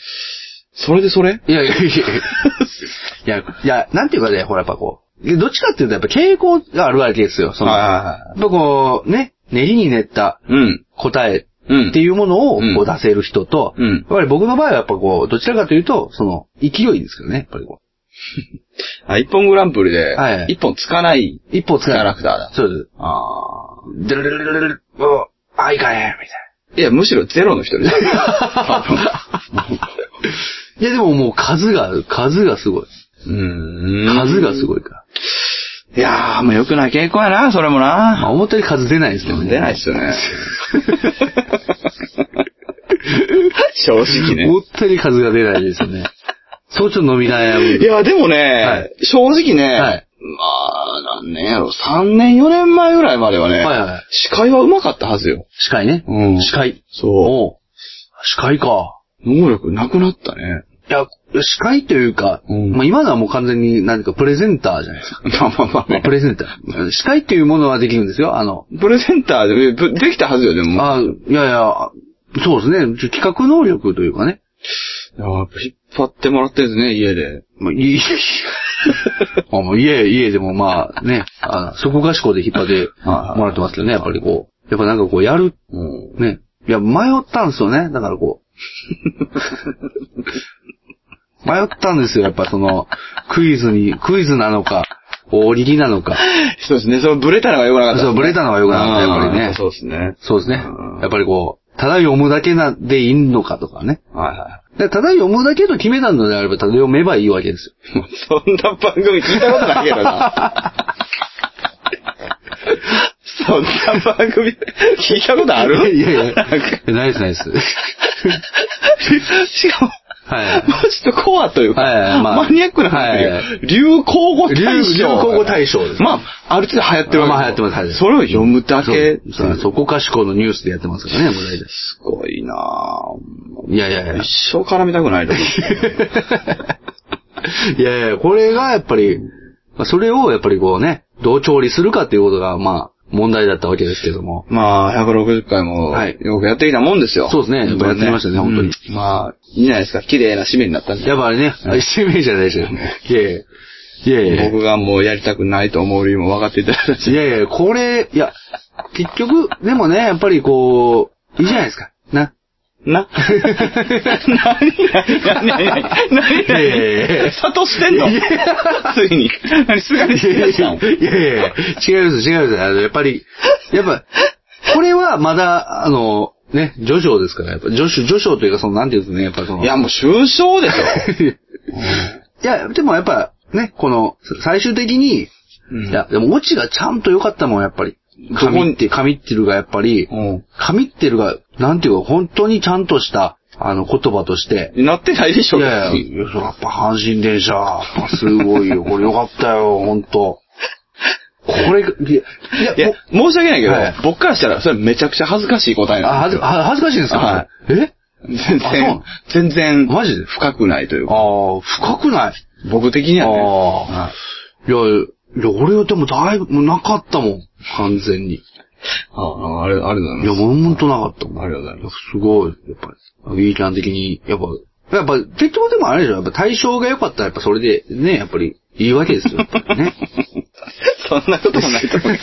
S2: それでそれ
S1: いやいやいやいや。いや、いや、なんていうかね、ほらやっぱこう、どっちかっていうとやっぱ傾向があるわけですよ。その、
S2: はい
S1: や
S2: はいは
S1: っぱこう、ね、練りに練った
S2: い。うん。
S1: 答え
S2: うん。
S1: って
S2: う。
S1: いうものを
S2: うん
S1: こう出せる人と、
S2: うん
S1: やっぱり僕の場合はやっぱこう、どちらかというと、その、勢いですけどね、やっぱりこ
S2: あ、一本グランプリで
S1: はいは、い
S2: 一本つかない。
S1: う。一歩使
S2: キャラクターだ
S1: そうです。
S2: ああ。
S1: でるるるるるる、おあ、いかへん、みたい
S2: いや、むしろゼロの 人です。多分
S1: な。いや、でももう数が、数がすごい。
S2: うん
S1: 数がすごいから。
S2: いやー、もう良くない傾向やな、それも
S1: まあ、
S2: な。
S1: 思ったより数出ないですけどね。
S2: 出ないっす よね。正直ね
S1: 思。ったより数が出ないですよね。そうちょっと伸び悩む。
S2: いや、でもね、
S1: はい
S2: 正直ね、
S1: はい
S2: まあ、何年やろ、3年、4年前ぐらいまではね、
S1: はいはい
S2: 司会は上手かったはずよ。
S1: 司会ね。
S2: うん
S1: 司会。
S2: そ
S1: おう司会か。
S2: う。能力なくなったね。
S1: いや、司会というか、
S2: うん
S1: まあ今のはもう完全に何かプレゼンターじゃないですか。
S2: まあまあまあ
S1: まあ
S2: ね
S1: プ。レゼンター。司会というものはできるんですよ。あの、
S2: プレゼンターで、ぶできたはずよ、でも。
S1: あいやいや、そうですね。ちょ企画能力というかね。
S2: いややっぱ引っ張ってもらってるんですね、家で。
S1: まあ、い い、あもう家、家でもまあね、あのそこがしこで引っ張ってもらってますけどね、やっぱりこう。やっぱなんかこうやる、
S2: うん。
S1: ね。いや、迷ったんですよね。だからこう。 迷ったんですよ。やっぱその、クイズに、クイズなのか、おりりなのか。
S2: そうですね、そのブレたのが良くなかった、
S1: そう、ブレたのが良くなかった、やっぱり
S2: あー
S1: ね。
S2: そうですね。
S1: そうですね。やっぱりこう、ただ読むだけな、でいいのかとかね。
S2: はいは
S1: でただ読むだけと決めたのであれば、ただ読めばいいわけですよ。
S2: い。もうそんな番組聞いたことないけどな。そんな番組聞いたことある
S1: いやいやいや
S2: なんか
S1: ないです、ないです。
S2: しかも、
S1: はい。
S2: もうちょっとコアというか、
S1: はいはいまあ
S2: マニアックな話だけど、
S1: はいはい
S2: 流行語大
S1: 流
S2: 賞。
S1: 流行語大賞です
S2: まあ、ある程度流行ってるわけ
S1: まあ流行ってます流行ってます
S2: それを読むだけ。
S1: そうそうそこかしこのニュースでやってますからね、もう大体。
S2: すごいなぁ。
S1: いやいやいや。
S2: 一生絡みたくないと思う。
S1: いやいや、これがやっぱり、まあそれをやっぱりこうね、どう調理するかっていうことが、まあ、問題だったわけですけども。
S2: まあ、160回も
S1: はい、
S2: よくやってきたもんですよ。
S1: そうですね
S2: 本当に
S1: やってきましたね本当に
S2: うんまあ、いいじゃないですか。綺麗な締めになったんで。
S1: やっぱりね、 使命じゃないですよ。いやいや。いやいや。
S2: 僕がもうやりたくないと思う理由も分かっていただいたし。
S1: いやいや、これ、いや、結局、でもね、やっぱりこう、いいじゃないですか。な。
S2: な何何何 何何
S1: いやいやいや
S2: 何悟してんの ついに。何、すがに
S1: いや
S2: 出
S1: い
S2: したの
S1: や いや、違います、違います。あの、やっぱり、やっぱ、これはまだ、あの、ね、序章ですから、やっぱ、序章、序章というか、その、なんていうんですかね、やっぱその、
S2: いや、もう終章でしょ。
S1: いや、でもやっぱ、ね、この、最終的に、
S2: うん
S1: いや、でも、オチがちゃんと良かったもん、やっぱり。
S2: どこ
S1: 神
S2: に
S1: って、神ってるが、やっぱり、
S2: う
S1: 神ってるが、なんていうか、本当にちゃんとした、あの、言葉として、
S2: ん。なってないでしょ、
S1: いやいや、やっぱ阪神電車、やっぱすご いよ。これよかったよ、ほんと。これ、いや、い
S2: い
S1: や、
S2: や
S1: もう、
S2: 申し訳ないけど、
S1: はい
S2: 僕からしたら、それめちゃくちゃ恥ずかしい答え
S1: あ、は
S2: なんです
S1: ず、
S2: よ。
S1: は恥ずかしいんですか、
S2: は
S1: え
S2: 全
S1: あそうな
S2: 然
S1: の、
S2: 全然、
S1: マジで
S2: 深くないというか、
S1: ああ、深くない。
S2: 僕的にはね。
S1: あいや、いや、俺はでもだいぶ、もうなかったもん。完全に。い
S2: ああ、あれ、ありがとうござい
S1: や、
S2: ます。
S1: もうほんとなかったもん。
S2: ありがとうございます
S1: すごい、やっぱり。ウィーキャン的に、やっぱ、やっぱ、結局でもあれでしょ、やっぱ対象が良かったら、やっぱそれで、ね、やっぱり、いいわけですよ、やっぱりね。
S2: そんなこともないと思う。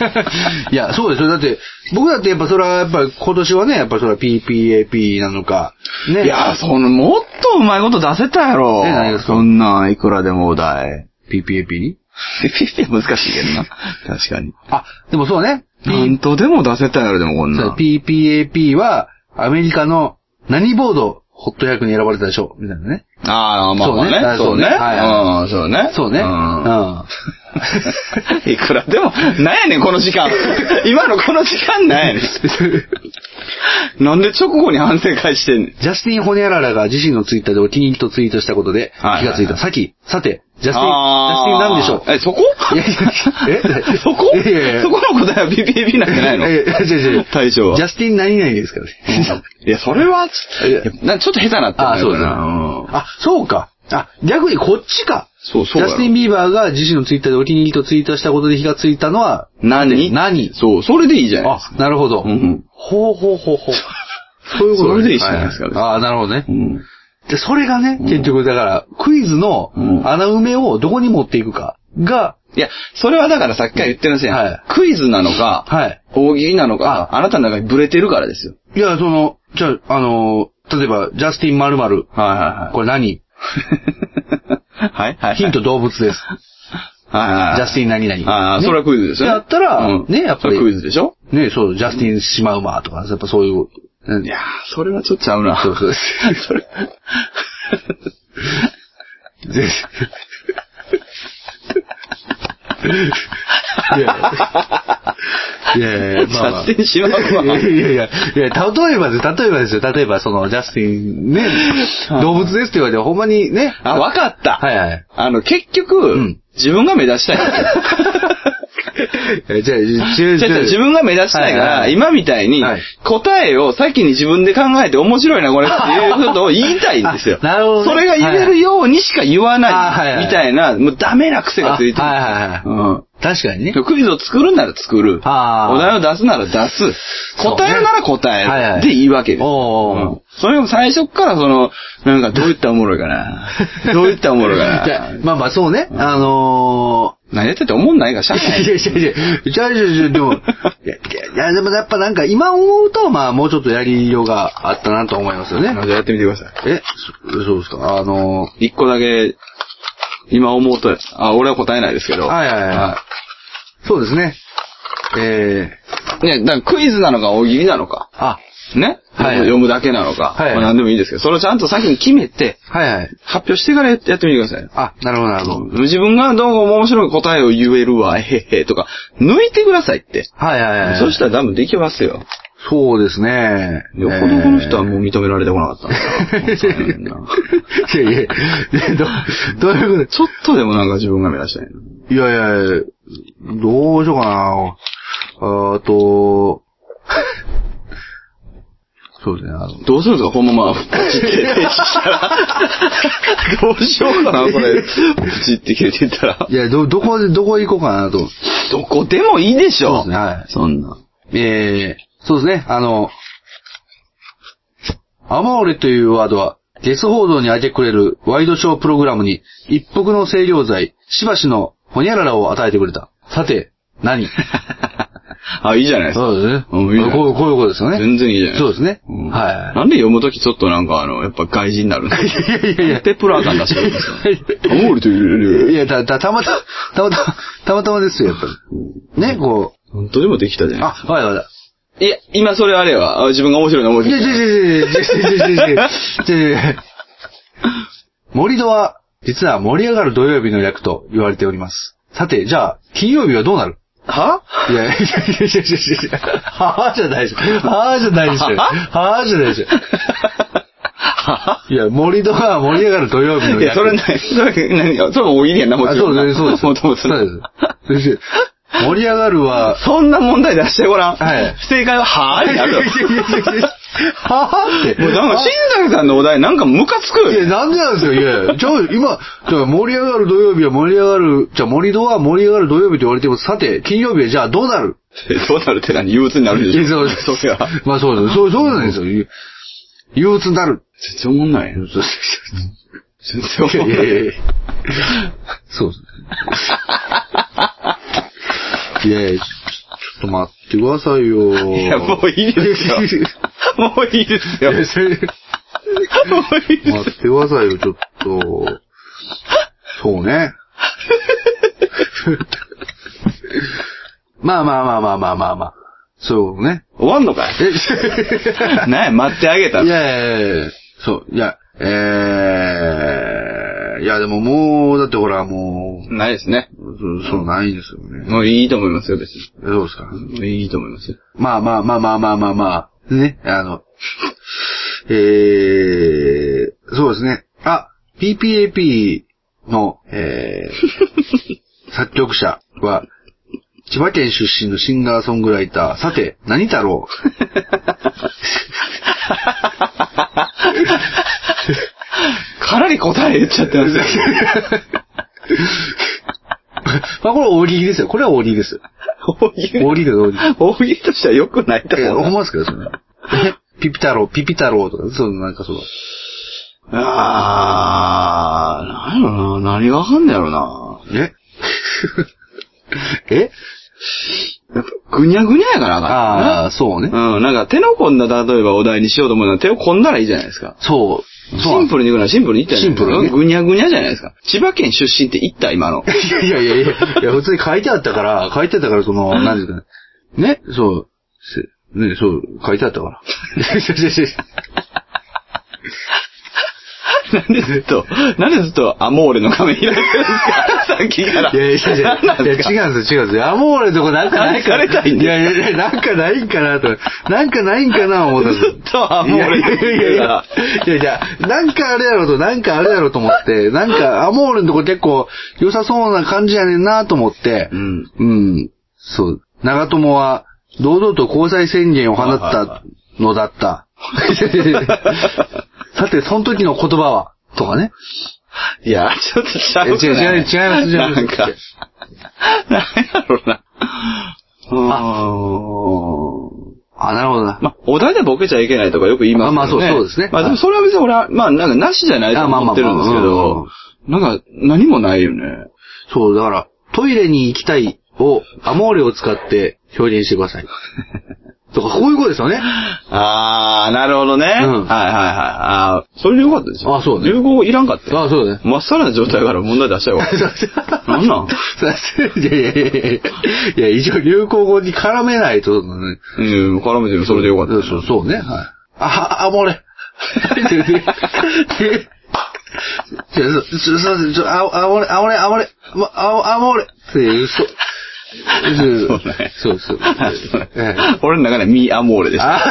S1: いや、そうですよ。だって、僕だってやっぱそれは、やっぱり今年はね、やっぱそれは PPAP なのか、ね。
S2: いや、その、もっとうまいこと出せたやろ。
S1: え何ですか
S2: そんなん、いくらでもお題。
S1: PPAP に
S2: ピッ難しいけどな。確かに。
S1: あ、でもそうね。P-
S2: なんとでも出せたやろ、でもこん
S1: そ
S2: な。
S1: うん PPAP は、アメリカの何ボード、ホット役に選ばれたでしょうみたいなね。
S2: ああ、まあまあね。
S1: そ
S2: そうう
S1: ね
S2: ね。
S1: は
S2: うん、そうね。
S1: そうね。うん。
S2: ん
S1: あ
S2: いくらでも、なんやねん、この時間。今のこの時間なんやねん。なんで直後に反省会してんねん。
S1: ジャスティン・ホニャララが自身のツイッターでお気に入りとツイートしたことで、気
S2: はい
S1: がついた。さっき、さて、ジャスティン、ジャスティンなんでしょう
S2: え、そこ
S1: いやいや いやえ
S2: そこ
S1: いやいやいや
S2: そこの答えは BPB なんじゃないの
S1: ええ違う違う
S2: 対象は
S1: ジャスティン何々ですからね。
S2: いや、それは、ち
S1: い
S2: ょ
S1: や
S2: っとなちょっと下手なって
S1: あ、そうだ
S2: な。
S1: な。あ、そうか。あ、逆にこっちか。
S2: そうそう
S1: ジャ
S2: だろ
S1: スティン・ビーバーが自身のツイッターでお気に入りとツイートしたことで火がついたのは、
S2: 何
S1: 何
S2: そう、それでいいじゃないです
S1: あ、なるほど。
S2: か。うん
S1: ほうほうほうほう。 そういうこと
S2: それでいいじゃないですか
S1: はああ、なるほどね
S2: う。ん。
S1: で、それがね、結局だから、クイズの
S2: うん
S1: 穴埋めをどこに持っていくかが、
S2: いや、それはだからさっきから言ってますやん。
S1: はい
S2: クイズなのか、
S1: はい。
S2: 大喜利なのか、あなたの中にブレてるからですよ。
S1: いや、その、じゃあ、あの、例えば、ジャスティン〇〇。
S2: はいはいはい。
S1: これ何
S2: はいはい。
S1: ヒント動物です。
S2: はいはいはい。
S1: ジャスティン何々。
S2: ああ、
S1: ね
S2: それはクイズですよね。
S1: やったら
S2: うん
S1: ねやっぱり
S2: それはクイズでしょ
S1: ねそう、ジャスティン・シマウマーとか、やっぱそういう、うん
S2: いやー、それはちょっとちゃ うな。
S1: そうそうです。
S2: それ。
S1: ぜひ。いやいやいや、まあまあ
S2: ジャスティンシマウマ
S1: いやいやいや、いや、例えばです、例えばですよ、例えばその、ジャスティン、ね、動物ですって言われて、ほんまにね。
S2: あ、わかった。
S1: はいはい。
S2: あの、結局、
S1: ん
S2: 自分が目指 したい。
S1: え、じゃあ、じ
S2: 違う違う自分が目指したいから、
S1: はいはい
S2: 今みたいに
S1: はい、。
S2: 答えを先に自分で考えて面白いな、これっていうことを言いたいんですよ
S1: あなるほどね
S2: それが言えるようにしか言
S1: あ
S2: わ
S1: はい
S2: な
S1: はい
S2: い、みたいな、もうダメな癖がついてる。
S1: あはいはいは
S2: うん
S1: い。確かにね。
S2: クイズを作るなら作る。お
S1: あー
S2: 題を出すなら出す。
S1: そうね
S2: 答えるなら答
S1: はいは
S2: え
S1: い
S2: る。でいいわけです。
S1: おー
S2: うんそれを最初っからその、なんかどういったらおもろい かな。どういったらおもろいか
S1: いや
S2: な。
S1: まあまあ、そうね。あの
S2: 何やってて思んないがしゃあ
S1: ー、い
S2: な
S1: や
S2: い
S1: いやいやいや、じゃあじゃあじゃあでも、いや、いやいやでもやっぱなんか今思うと、まあもうちょっとやりようがあったなと思いますよね。
S2: じゃあやってみてください。
S1: え、そそうですかあの
S2: 一個だけ、今思うと、あ、俺は答えないですけ
S1: ー、
S2: ど。
S1: はいはいはい。そうですね。えー、
S2: い。ね、だからクイズなのか大喜利なのか。
S1: あ、
S2: ね、
S1: はい
S2: 読むだけなのか。
S1: はい
S2: まあ何でもいいですけど、それをちゃんと先に決めて、
S1: はいはい。
S2: 発表してからややってみてください。
S1: あ、なるほどなるほど。
S2: 自分がどうも面白い答えを言えるわ、えへへとか、抜いてくださいって。
S1: はいはいはい。
S2: そしたら多分できますよ。
S1: そうですね。
S2: よほどこの人はもう認められてこなかった な残念な。
S1: いやいや、ど、どういうこ
S2: ちょっとでもなんか自分が目指したいな。
S1: といやいやいや、どうしようかなああと、そうですね、あの、
S2: どうするんですかほんままあ、プチって停止したら。どうしようかな、これ。プチって切れていったら
S1: い。や、ど、どこで、どこ行こうかなと。
S2: どこでもいいでし
S1: そうで
S2: ょ
S1: すね、は
S2: そんな。
S1: い。えー、そうですね、あの、アマオレというワードは、ゲス報道に明け暮れるワイドショープログラムに一服の清涼剤、しばしのほにゃららを与えてくれた。さて、何
S2: あ、いいじゃないですか。
S1: そうですね。
S2: うんいいね
S1: こうこういうことですよね。
S2: 全然いいじゃない
S1: そうですね。
S2: うん
S1: はい。
S2: なんで読むときちょっとなんかあの、やっぱ外人になるんですか
S1: いやいや
S2: ペプラー感出し てるんですよ。アモールという
S1: いや、だ、だ、たまた、たまた、たまたまですよ、やっぱり。ね、こう。
S2: 本当でもできたじゃ
S1: あ
S2: な、。
S1: はいはい
S2: いや、今それあれは、あ自分が面白いの思い
S1: い。
S2: つ
S1: い
S2: い
S1: や、
S2: た
S1: いやいやいやいやいやいやいやいやいやいやいやいや盛り土は、実は盛り上がる土曜日の略と言われております。さて、じゃあ、金曜日はどうなる
S2: はい
S1: や、いやいやいやいやいやいやはぁじゃないですよ。はぁじゃないですよ。はぁじゃないですよ。いや、盛り土は盛り上がる土曜日の
S2: い
S1: 略。
S2: や、それな、それ何それも大喜利やんな、も
S1: あ
S2: ち
S1: そ
S2: ろ
S1: うん
S2: な。
S1: です、そうです。
S2: もともと
S1: そ
S2: な
S1: うです。です盛り上がるは、
S2: そんな問題出してごらん。
S1: はい
S2: 不正解は、はぁになるよ。
S1: ははって。
S2: もうなんか、新崎さんのお題、なんかムカつくよ
S1: いや、なんでなんですよ、いやいや。じゃあ、今、じゃあ盛り上がる土曜日は盛り上がる、じゃあ盛り土は盛り上がる土曜日と言われても、さて、金曜日はじゃあどうなる
S2: どうなるって何憂鬱になるんでしょ
S1: いやそう
S2: そりゃ。
S1: まあそうです。そう、そうなんですよ。ゆ憂鬱になる。
S2: 全然思んないよ。全然
S1: いや
S2: 思ん
S1: いや
S2: な
S1: い
S2: い。
S1: やいやそうですね。いやいや、ちょっと待ってくださいよ。
S2: いや、もういいで すよ。もういいですよ。
S1: いやそれ
S2: もういいです
S1: 待ってくださいよ、ちょっと。そうね。 まあまあまあまあまあまあまあ。そうね。
S2: 終わんのかい
S1: え、
S2: 何や、待ってあげたら
S1: い。やいやいやそう、いや、えー、いやでももう、だってほら、もう、
S2: ないですね。
S1: そそうないんですよね。
S2: もういいと思いますよ、別に。
S1: そうですか。
S2: もういいと思いますよ。
S1: まあまあまあまあまあまあまあ。ね、あの、えー、そうですね。あ、PPAP の、え ー、作曲者は、千葉県出身のシンガーソングライター。さて、何太 郎
S2: かなり答え言っちゃってますよ。
S1: まあこれは大喜利ですよ。これは大喜利ですよ。
S2: 大喜 利
S1: 大喜利です、大喜利。
S2: 大喜利としては良くないと
S1: え、ほ
S2: 思
S1: ん
S2: う。
S1: まですかそれ。えピピ太郎、ピピ太郎とか、そう、なんかそう。
S2: あー、なんやろな、何がわかんないやろな。
S1: え え
S2: ぐにゃぐにゃやからあかんな
S1: ああ、そうね。
S2: うん、なんか手の込んだ、例えばお題にしようと思うなら手を込んだらいいじゃないですか。
S1: そう。そう
S2: シンプルにいくならシンプルにいったらいいじゃないです
S1: シンプ
S2: か
S1: ルにね
S2: ぐにゃぐにゃじゃないですか。千葉県出身って言った今 の。
S1: いやいやいやいや、いや普通に書いてあったから、書いてあったから、その、なんですかね。ね、そう、せね、そう、書いてあった から。
S2: なんでずっと、なんでずっとアモーレの画面開いてるんですかさっきから。
S1: いやいやいや、
S2: 何なん
S1: いや違うん
S2: で
S1: ですす
S2: か
S1: よ、違うんですよ。アモーレのとこなんかないか
S2: 何されたいんです
S1: いやいやいや、なんかないんかなと。なんかないんかな思ったんですよ
S2: ずっとアモーレ
S1: いやいやいやいや、いやいや、なんかあれやろと、なんかあれやろと思って、なんかアモーレのとこ結構良さそうな感じやねんなと思って、
S2: うん。
S1: うん。そう。長友は、堂々と交際宣言を放ったのだ った。さて、その時の言葉は、とかね。
S2: いや、ちょっとちゃうく
S1: え違う
S2: な
S1: 違う違います違います
S2: なんか、なんやろうな。うーん。
S1: あ、なるほどな。
S2: まあ、お題でボケちゃいけないとかよく言いますよね。
S1: まあまあそうそうですね
S2: まあでもそれは別に俺は、まあなんかなしじゃないと思ってるんですけ
S1: あまあまあまあうん
S2: ど、なんか何もないよね。
S1: そう、だから、トイレに行きたいを、アモーレを使って表現してくださ い。とか、こういうことですよね。
S2: あー、なるほどね。はいはいはい。あーそれでよかったですよ。
S1: あそうね
S2: 流行いらんかったよ。
S1: あ、そう だね。
S2: まっさらな状態から問題出した よ。なんな
S1: い
S2: ん
S1: やいやいやいやいや、一応流行語に絡めないと、ね、
S2: うん、絡めてる、それでよかった。
S1: そうそうそうね。はい。あ、あ、もうね。ちょ、す、す、すいません、ちょ、あ、あ、もれ、あ、もれ、あ、もれ、ま、あ、あ、もれ。っていう、そう。そうそうそう。ええ
S2: 俺の中ではミーアモーレでした。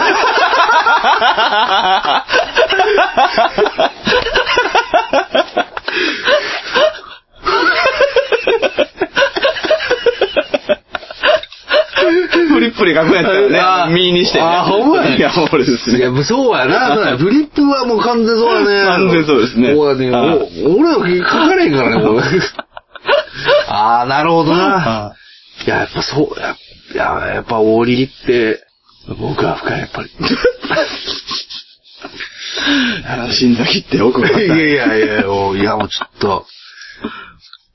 S2: フリップに書くやつよね。
S1: あー
S2: ミーにしてね。
S1: あーほんまや
S2: ミーアモーレです
S1: いや、
S2: ね。
S1: もうそうやな。そうやフリップはもう完全そうやね。
S2: 完全そうですね
S1: こうやね。
S2: はい
S1: お俺は書かれへんからね、もう。ああ、なるほどな。いや、やっぱそう、やいややっぱ大喜利って、僕は深い、やっぱり。
S2: 死んだきって奥が深
S1: い
S2: い
S1: やいやいや、もういや、もうちょっと。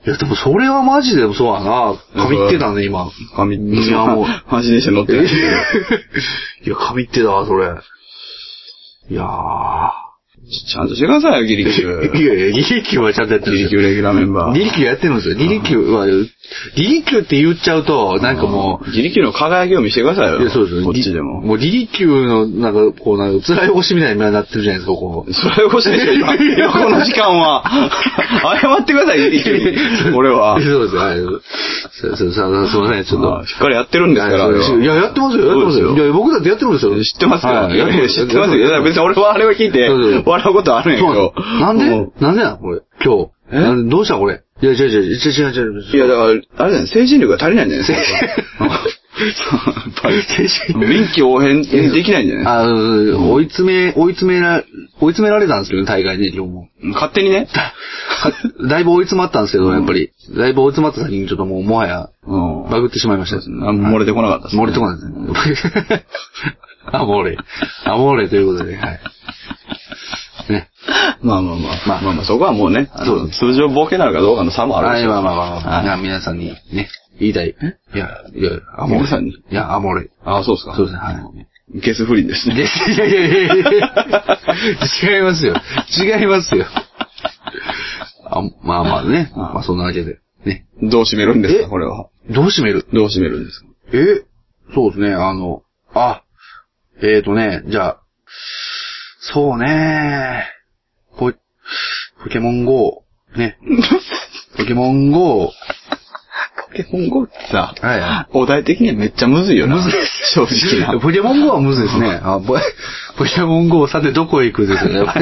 S1: いや、でもそれはマジでそうやな。神ってたね、今。
S2: 紙、
S1: いやもう
S2: 走りして乗ってない。
S1: いや、神ってたわ、それ。いや
S2: ちゃんとしてくださいよ、ギリギ
S1: ー。
S2: リ。
S1: いやいや、リリキューはちゃんとやってるん
S2: ギ
S1: です
S2: リ
S1: よ
S2: ギリレギュラーメンバー。
S1: リリキューやってるんですよ。リリキューは、リリキューって言っちゃうと、なんかも、
S2: ギリキューの輝きを見せてくださいうよ。
S1: いやそうですよ
S2: こっちでも。
S1: もうリリキューの、なんか、こう、なんか、辛い腰みたいになってるじゃないですか、こう。
S2: それをしてる今、今この時間 は。謝ってください、ギリキューに俺は。
S1: そうですよはい。そうそうそう、すいません、ちょっと
S2: まあ。しっかりやってるんですから。あれはい
S1: や、やってますよ、やってます
S2: そう
S1: よ。
S2: で
S1: い
S2: す
S1: や、僕だってやってるんですよ。
S2: 知ってますよ。
S1: はい
S2: いやいや知ってますよ。いや別に俺はあれを聞いて、
S1: そうそう
S2: 笑うことあるんやけ
S1: そう
S2: ど。
S1: なんでなんでなんこれ。今日。
S2: え
S1: なんでどうしたこれ。いや、違う違う、違う違う違う違う。
S2: いや、だから、あれだね、精神力が足りないんじゃないですか。
S1: 精神
S2: 臨機応変できないんじゃない
S1: あの、追い詰め、追い詰めら、追い詰められたんですけどね、大概ね、日本も。
S2: 勝手にね。
S1: だいぶ追い詰まったんですけど、やっぱり。だいぶ追い詰まった先にちょっともう、もはや、
S2: うん。
S1: バグってしまいました。
S2: あ漏れてこなかったっすね
S1: 漏れてこないです ね。あ、漏れ。あ、漏れということで、はい。ね。
S2: まあまあま
S1: ま
S2: あ。ま
S1: あ
S2: あまあまあ、そこはもうね、あの
S1: そうで
S2: 通常ボケなのかどうかの差もある
S1: は
S2: で
S1: い、
S2: しょ
S1: まあまあまあまあ、
S2: はい
S1: 皆さんにね、言いたい。いや、いや、あ、
S2: 皆さんに
S1: いや、あ、漏れ。
S2: ああ、そうですか。
S1: そうですね、はい。
S2: ゲス不倫ですね。
S1: いやいやいやいやいや違い ますよ。違いますよ。あまあまあね。まあそんなわけで。ね。
S2: どう締めるんです
S1: え
S2: か、これは。
S1: どう締める
S2: どう締めるんですか。
S1: えそうですね、あの、あ、えーとね、じゃあ、そうねポ、ポケモン GO、ね。 ポケモン GO、
S2: ポケモン GO ってさ、
S1: はいは
S2: お題的にはめっちゃむずいよな。むずい。正直な。
S1: ポケモン GO はむずいです ね。あポポケモン GO さてどこへ行くです よね。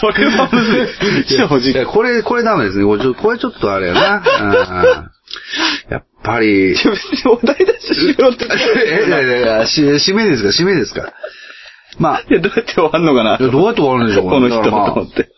S2: それはむずい。正
S1: いや
S2: 直。
S1: これ、これダメですね。これちょこれちょっとあれやな。うんやっぱ り、
S2: 別にお題出して締めろって。
S1: え、いやいやいや、し、締めですか、締めですか。まあ、
S2: いやどうやって終わんのかな。
S1: いやどうやって終わるんでしょう、
S2: この人
S1: だ
S2: と
S1: からまあ
S2: 思って。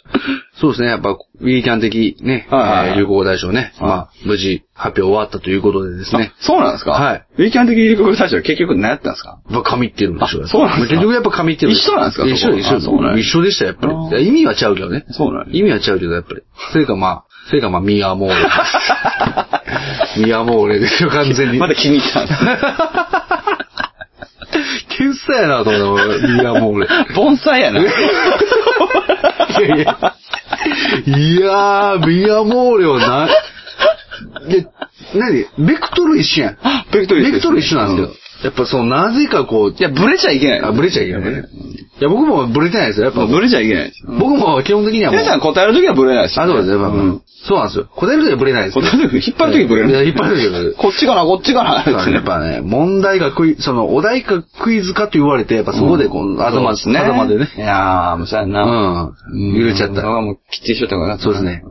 S1: そうですね、やっぱ、ウィーキャン的ね、
S2: はいはいはい
S1: えー流行語大賞ね、まあ、無事発表終わったということでですね
S2: あ。そうなんですか
S1: はい。
S2: ウィーキャン的流行語大賞は結局何やったんですか
S1: やっぱ、神ってるんでしょ
S2: あそうなんですか
S1: 結局やっぱ神ってる。
S2: 一緒なんですか
S1: 一緒
S2: そこ
S1: 一緒
S2: あそうなんや
S1: 一緒でした、やっぱり
S2: あー
S1: いや。意味はちゃうけどね。
S2: そうなんや
S1: 意味はちゃうけど、やっぱり。それかまあ、それかまあ、 ミアモーレ。ミアモーレですよ、完全に。
S2: まだ気に入ったんですね
S1: 天才やなと思って、いや、もう俺。
S2: 盆栽やな。
S1: いやいや。いやー、ビアモーレはな、で、なに、ベクトル一緒やん。
S2: ベクトル一緒ですね
S1: ベクトル一緒なんですよ。やっぱその、なぜかこう、
S2: いや、ブレちゃいけない
S1: あ、
S2: の。
S1: ブレちゃいけないね。いや、僕もブレてないですよ。やっぱ、
S2: ブレちゃいけないですよ。
S1: 僕も基本的にはもう。
S2: 皆さん答えるときはブレないですよ
S1: あ、そうですね。まあまあ
S2: うん
S1: そうなんですよ。答えるときはブレないですよ。
S2: 答える時引っ張る時ブレる
S1: いや、引っ張るときはブレる。
S2: こっちかな、こっちかな。
S1: そうねやっぱね、問題がクイその、お題かクイズかと言われて、やっぱそこでこう、頭、
S2: そうですね
S1: 頭でね。
S2: いやー、もうさや
S1: う
S2: な。
S1: ん。揺れちゃっ
S2: そこ
S1: た。
S2: はもうきっちりしとった方が
S1: そうですね。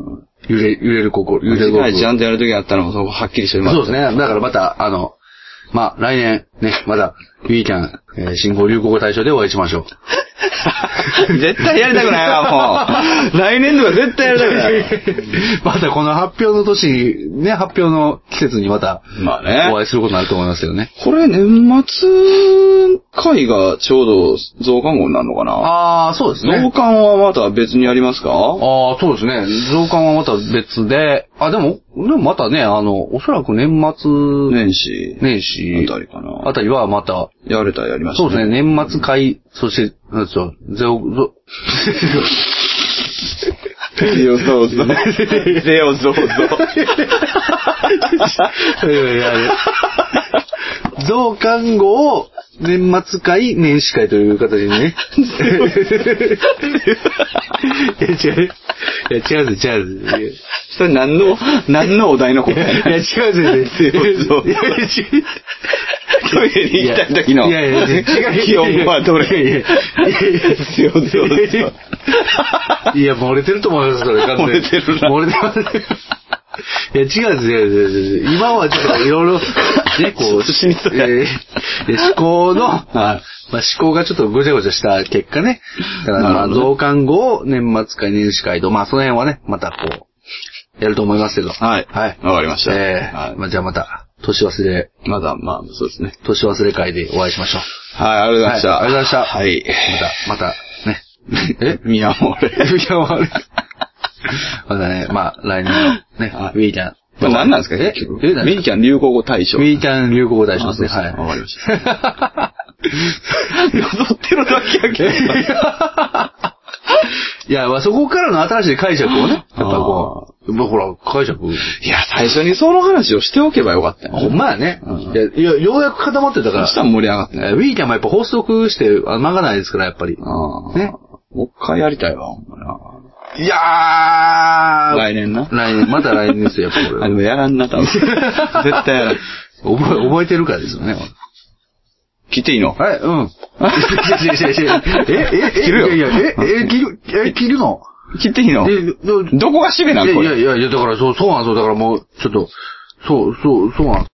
S1: 揺れ、揺れる心、揺れる
S2: 世界
S1: 心。
S2: 一ちゃんとやるときやったらもうそこはっきりしてます。
S1: そうですね。だからまた、あの、まあ、来年、ね、まだ、ウィーキャン、えー新語・流行語大賞でお会いしまし ょう。
S2: 絶対やりたくない わ、もう。来年度は絶対やりたくない。
S1: またこの発表の年に、ね、発表の季節 にまた、
S2: まあね
S1: お会いすることになると思いますけどね。
S2: これ年末会がちょうど増刊号になるのかな
S1: ああ、そうです
S2: 増
S1: ね。
S2: 刊はまた別にやりますか
S1: ああ、そうですね。増刊はまた別で、あ、でも、でもまたね、あの、おそらく年末、
S2: 年始。
S1: 年始
S2: あたりかな
S1: あたりはまた、
S2: やれたらやりまし
S1: そ
S2: ょ
S1: うですね、年末会、そして、なんですよ、ゼオ、ゾ
S2: レオゾウゾウ。レオゾウゾウ。
S1: いやいやいやいや増刊号を年末会、年始会という形でね。 いや、違う。いや、違うぜ、違うぜ。
S2: それ何の、何のお題の
S1: い
S2: 答
S1: や、いや
S2: え
S1: 違う ぜ。
S2: そう
S1: いやいや違う
S2: トイレに行きたい時の。
S1: いやいやいや違う
S2: 記憶はど
S1: いやい
S2: れ
S1: やいやいや
S2: レオゾウゾ
S1: いやいや
S2: ウ。
S1: いや、漏れてると思います、それ。完全に
S2: 漏れてるな
S1: 漏れてます。いや、違う違う違う違う。今はちょっといろいろ、ね、
S2: ち
S1: こ
S2: ょ
S1: う、
S2: っと死にそうや
S1: えーで思考の、
S2: はい。
S1: まあ、思考がちょっとごちゃごちゃした結果ね。だから、ま
S2: な
S1: あ、
S2: るほどね
S1: 増刊号を年末会、年始会と、まあ、その辺はね、またこう、やると思いますけど。
S2: はい
S1: はい。
S2: わかりました
S1: ええ
S2: はい
S1: まあ、じゃあまた、年忘れ、
S2: まだ、まあ、そうですね。
S1: 年忘れ会でお会いしましょう。
S2: はい、ありがとうございました。
S1: はいありがとうございました
S2: はい。
S1: また、また、 ね。え
S2: ミヤモレ。
S1: いや、悪い。まだね、まあ、来年のね
S2: は、い
S1: ウィーキャン。
S2: これ何なんですか
S1: え
S2: 結局。
S1: え何
S2: ミーキャン流行語大賞。
S1: ウィーキャン流行語大賞ですね。
S2: あそう
S1: は
S2: です
S1: い。。
S2: かわかりました踊ってるだ けやけど。
S1: いや、まあ、そこからの新しい解釈をね、やっぱこう、まあ、ほら、解釈。
S2: いや、最初にその話をしておけばよかったよ
S1: ほんまやね。いや、いやようやく固まってたか
S2: そ
S1: ら。
S2: したら盛り上がって
S1: え
S2: ね。
S1: ーウィーキャンもやっぱ法則して、あ曲がないですから、やっぱり。
S2: ああ。
S1: ね。
S2: もう一回やりたいわ、ほんまな。
S1: いやー
S2: 来年な。
S1: 来年、また来年ですよ、やっぱこ
S2: あ、で
S1: れ。
S2: もやらんな、多分。絶対やらん。
S1: 覚え、覚えてるからですよね。
S2: 来ていいの
S1: はい、うん。いやいやいやいやえ、え、え、
S2: 切るよ
S1: いやいや、え、え、切る、え、切るの
S2: 来ていいの
S1: え、ど
S2: どこが締め
S1: い
S2: な
S1: や
S2: んこ
S1: い
S2: れ
S1: や。いやいや、だからそう、そうなんですよ。だからもう、ちょっと、そう、そう、そうなん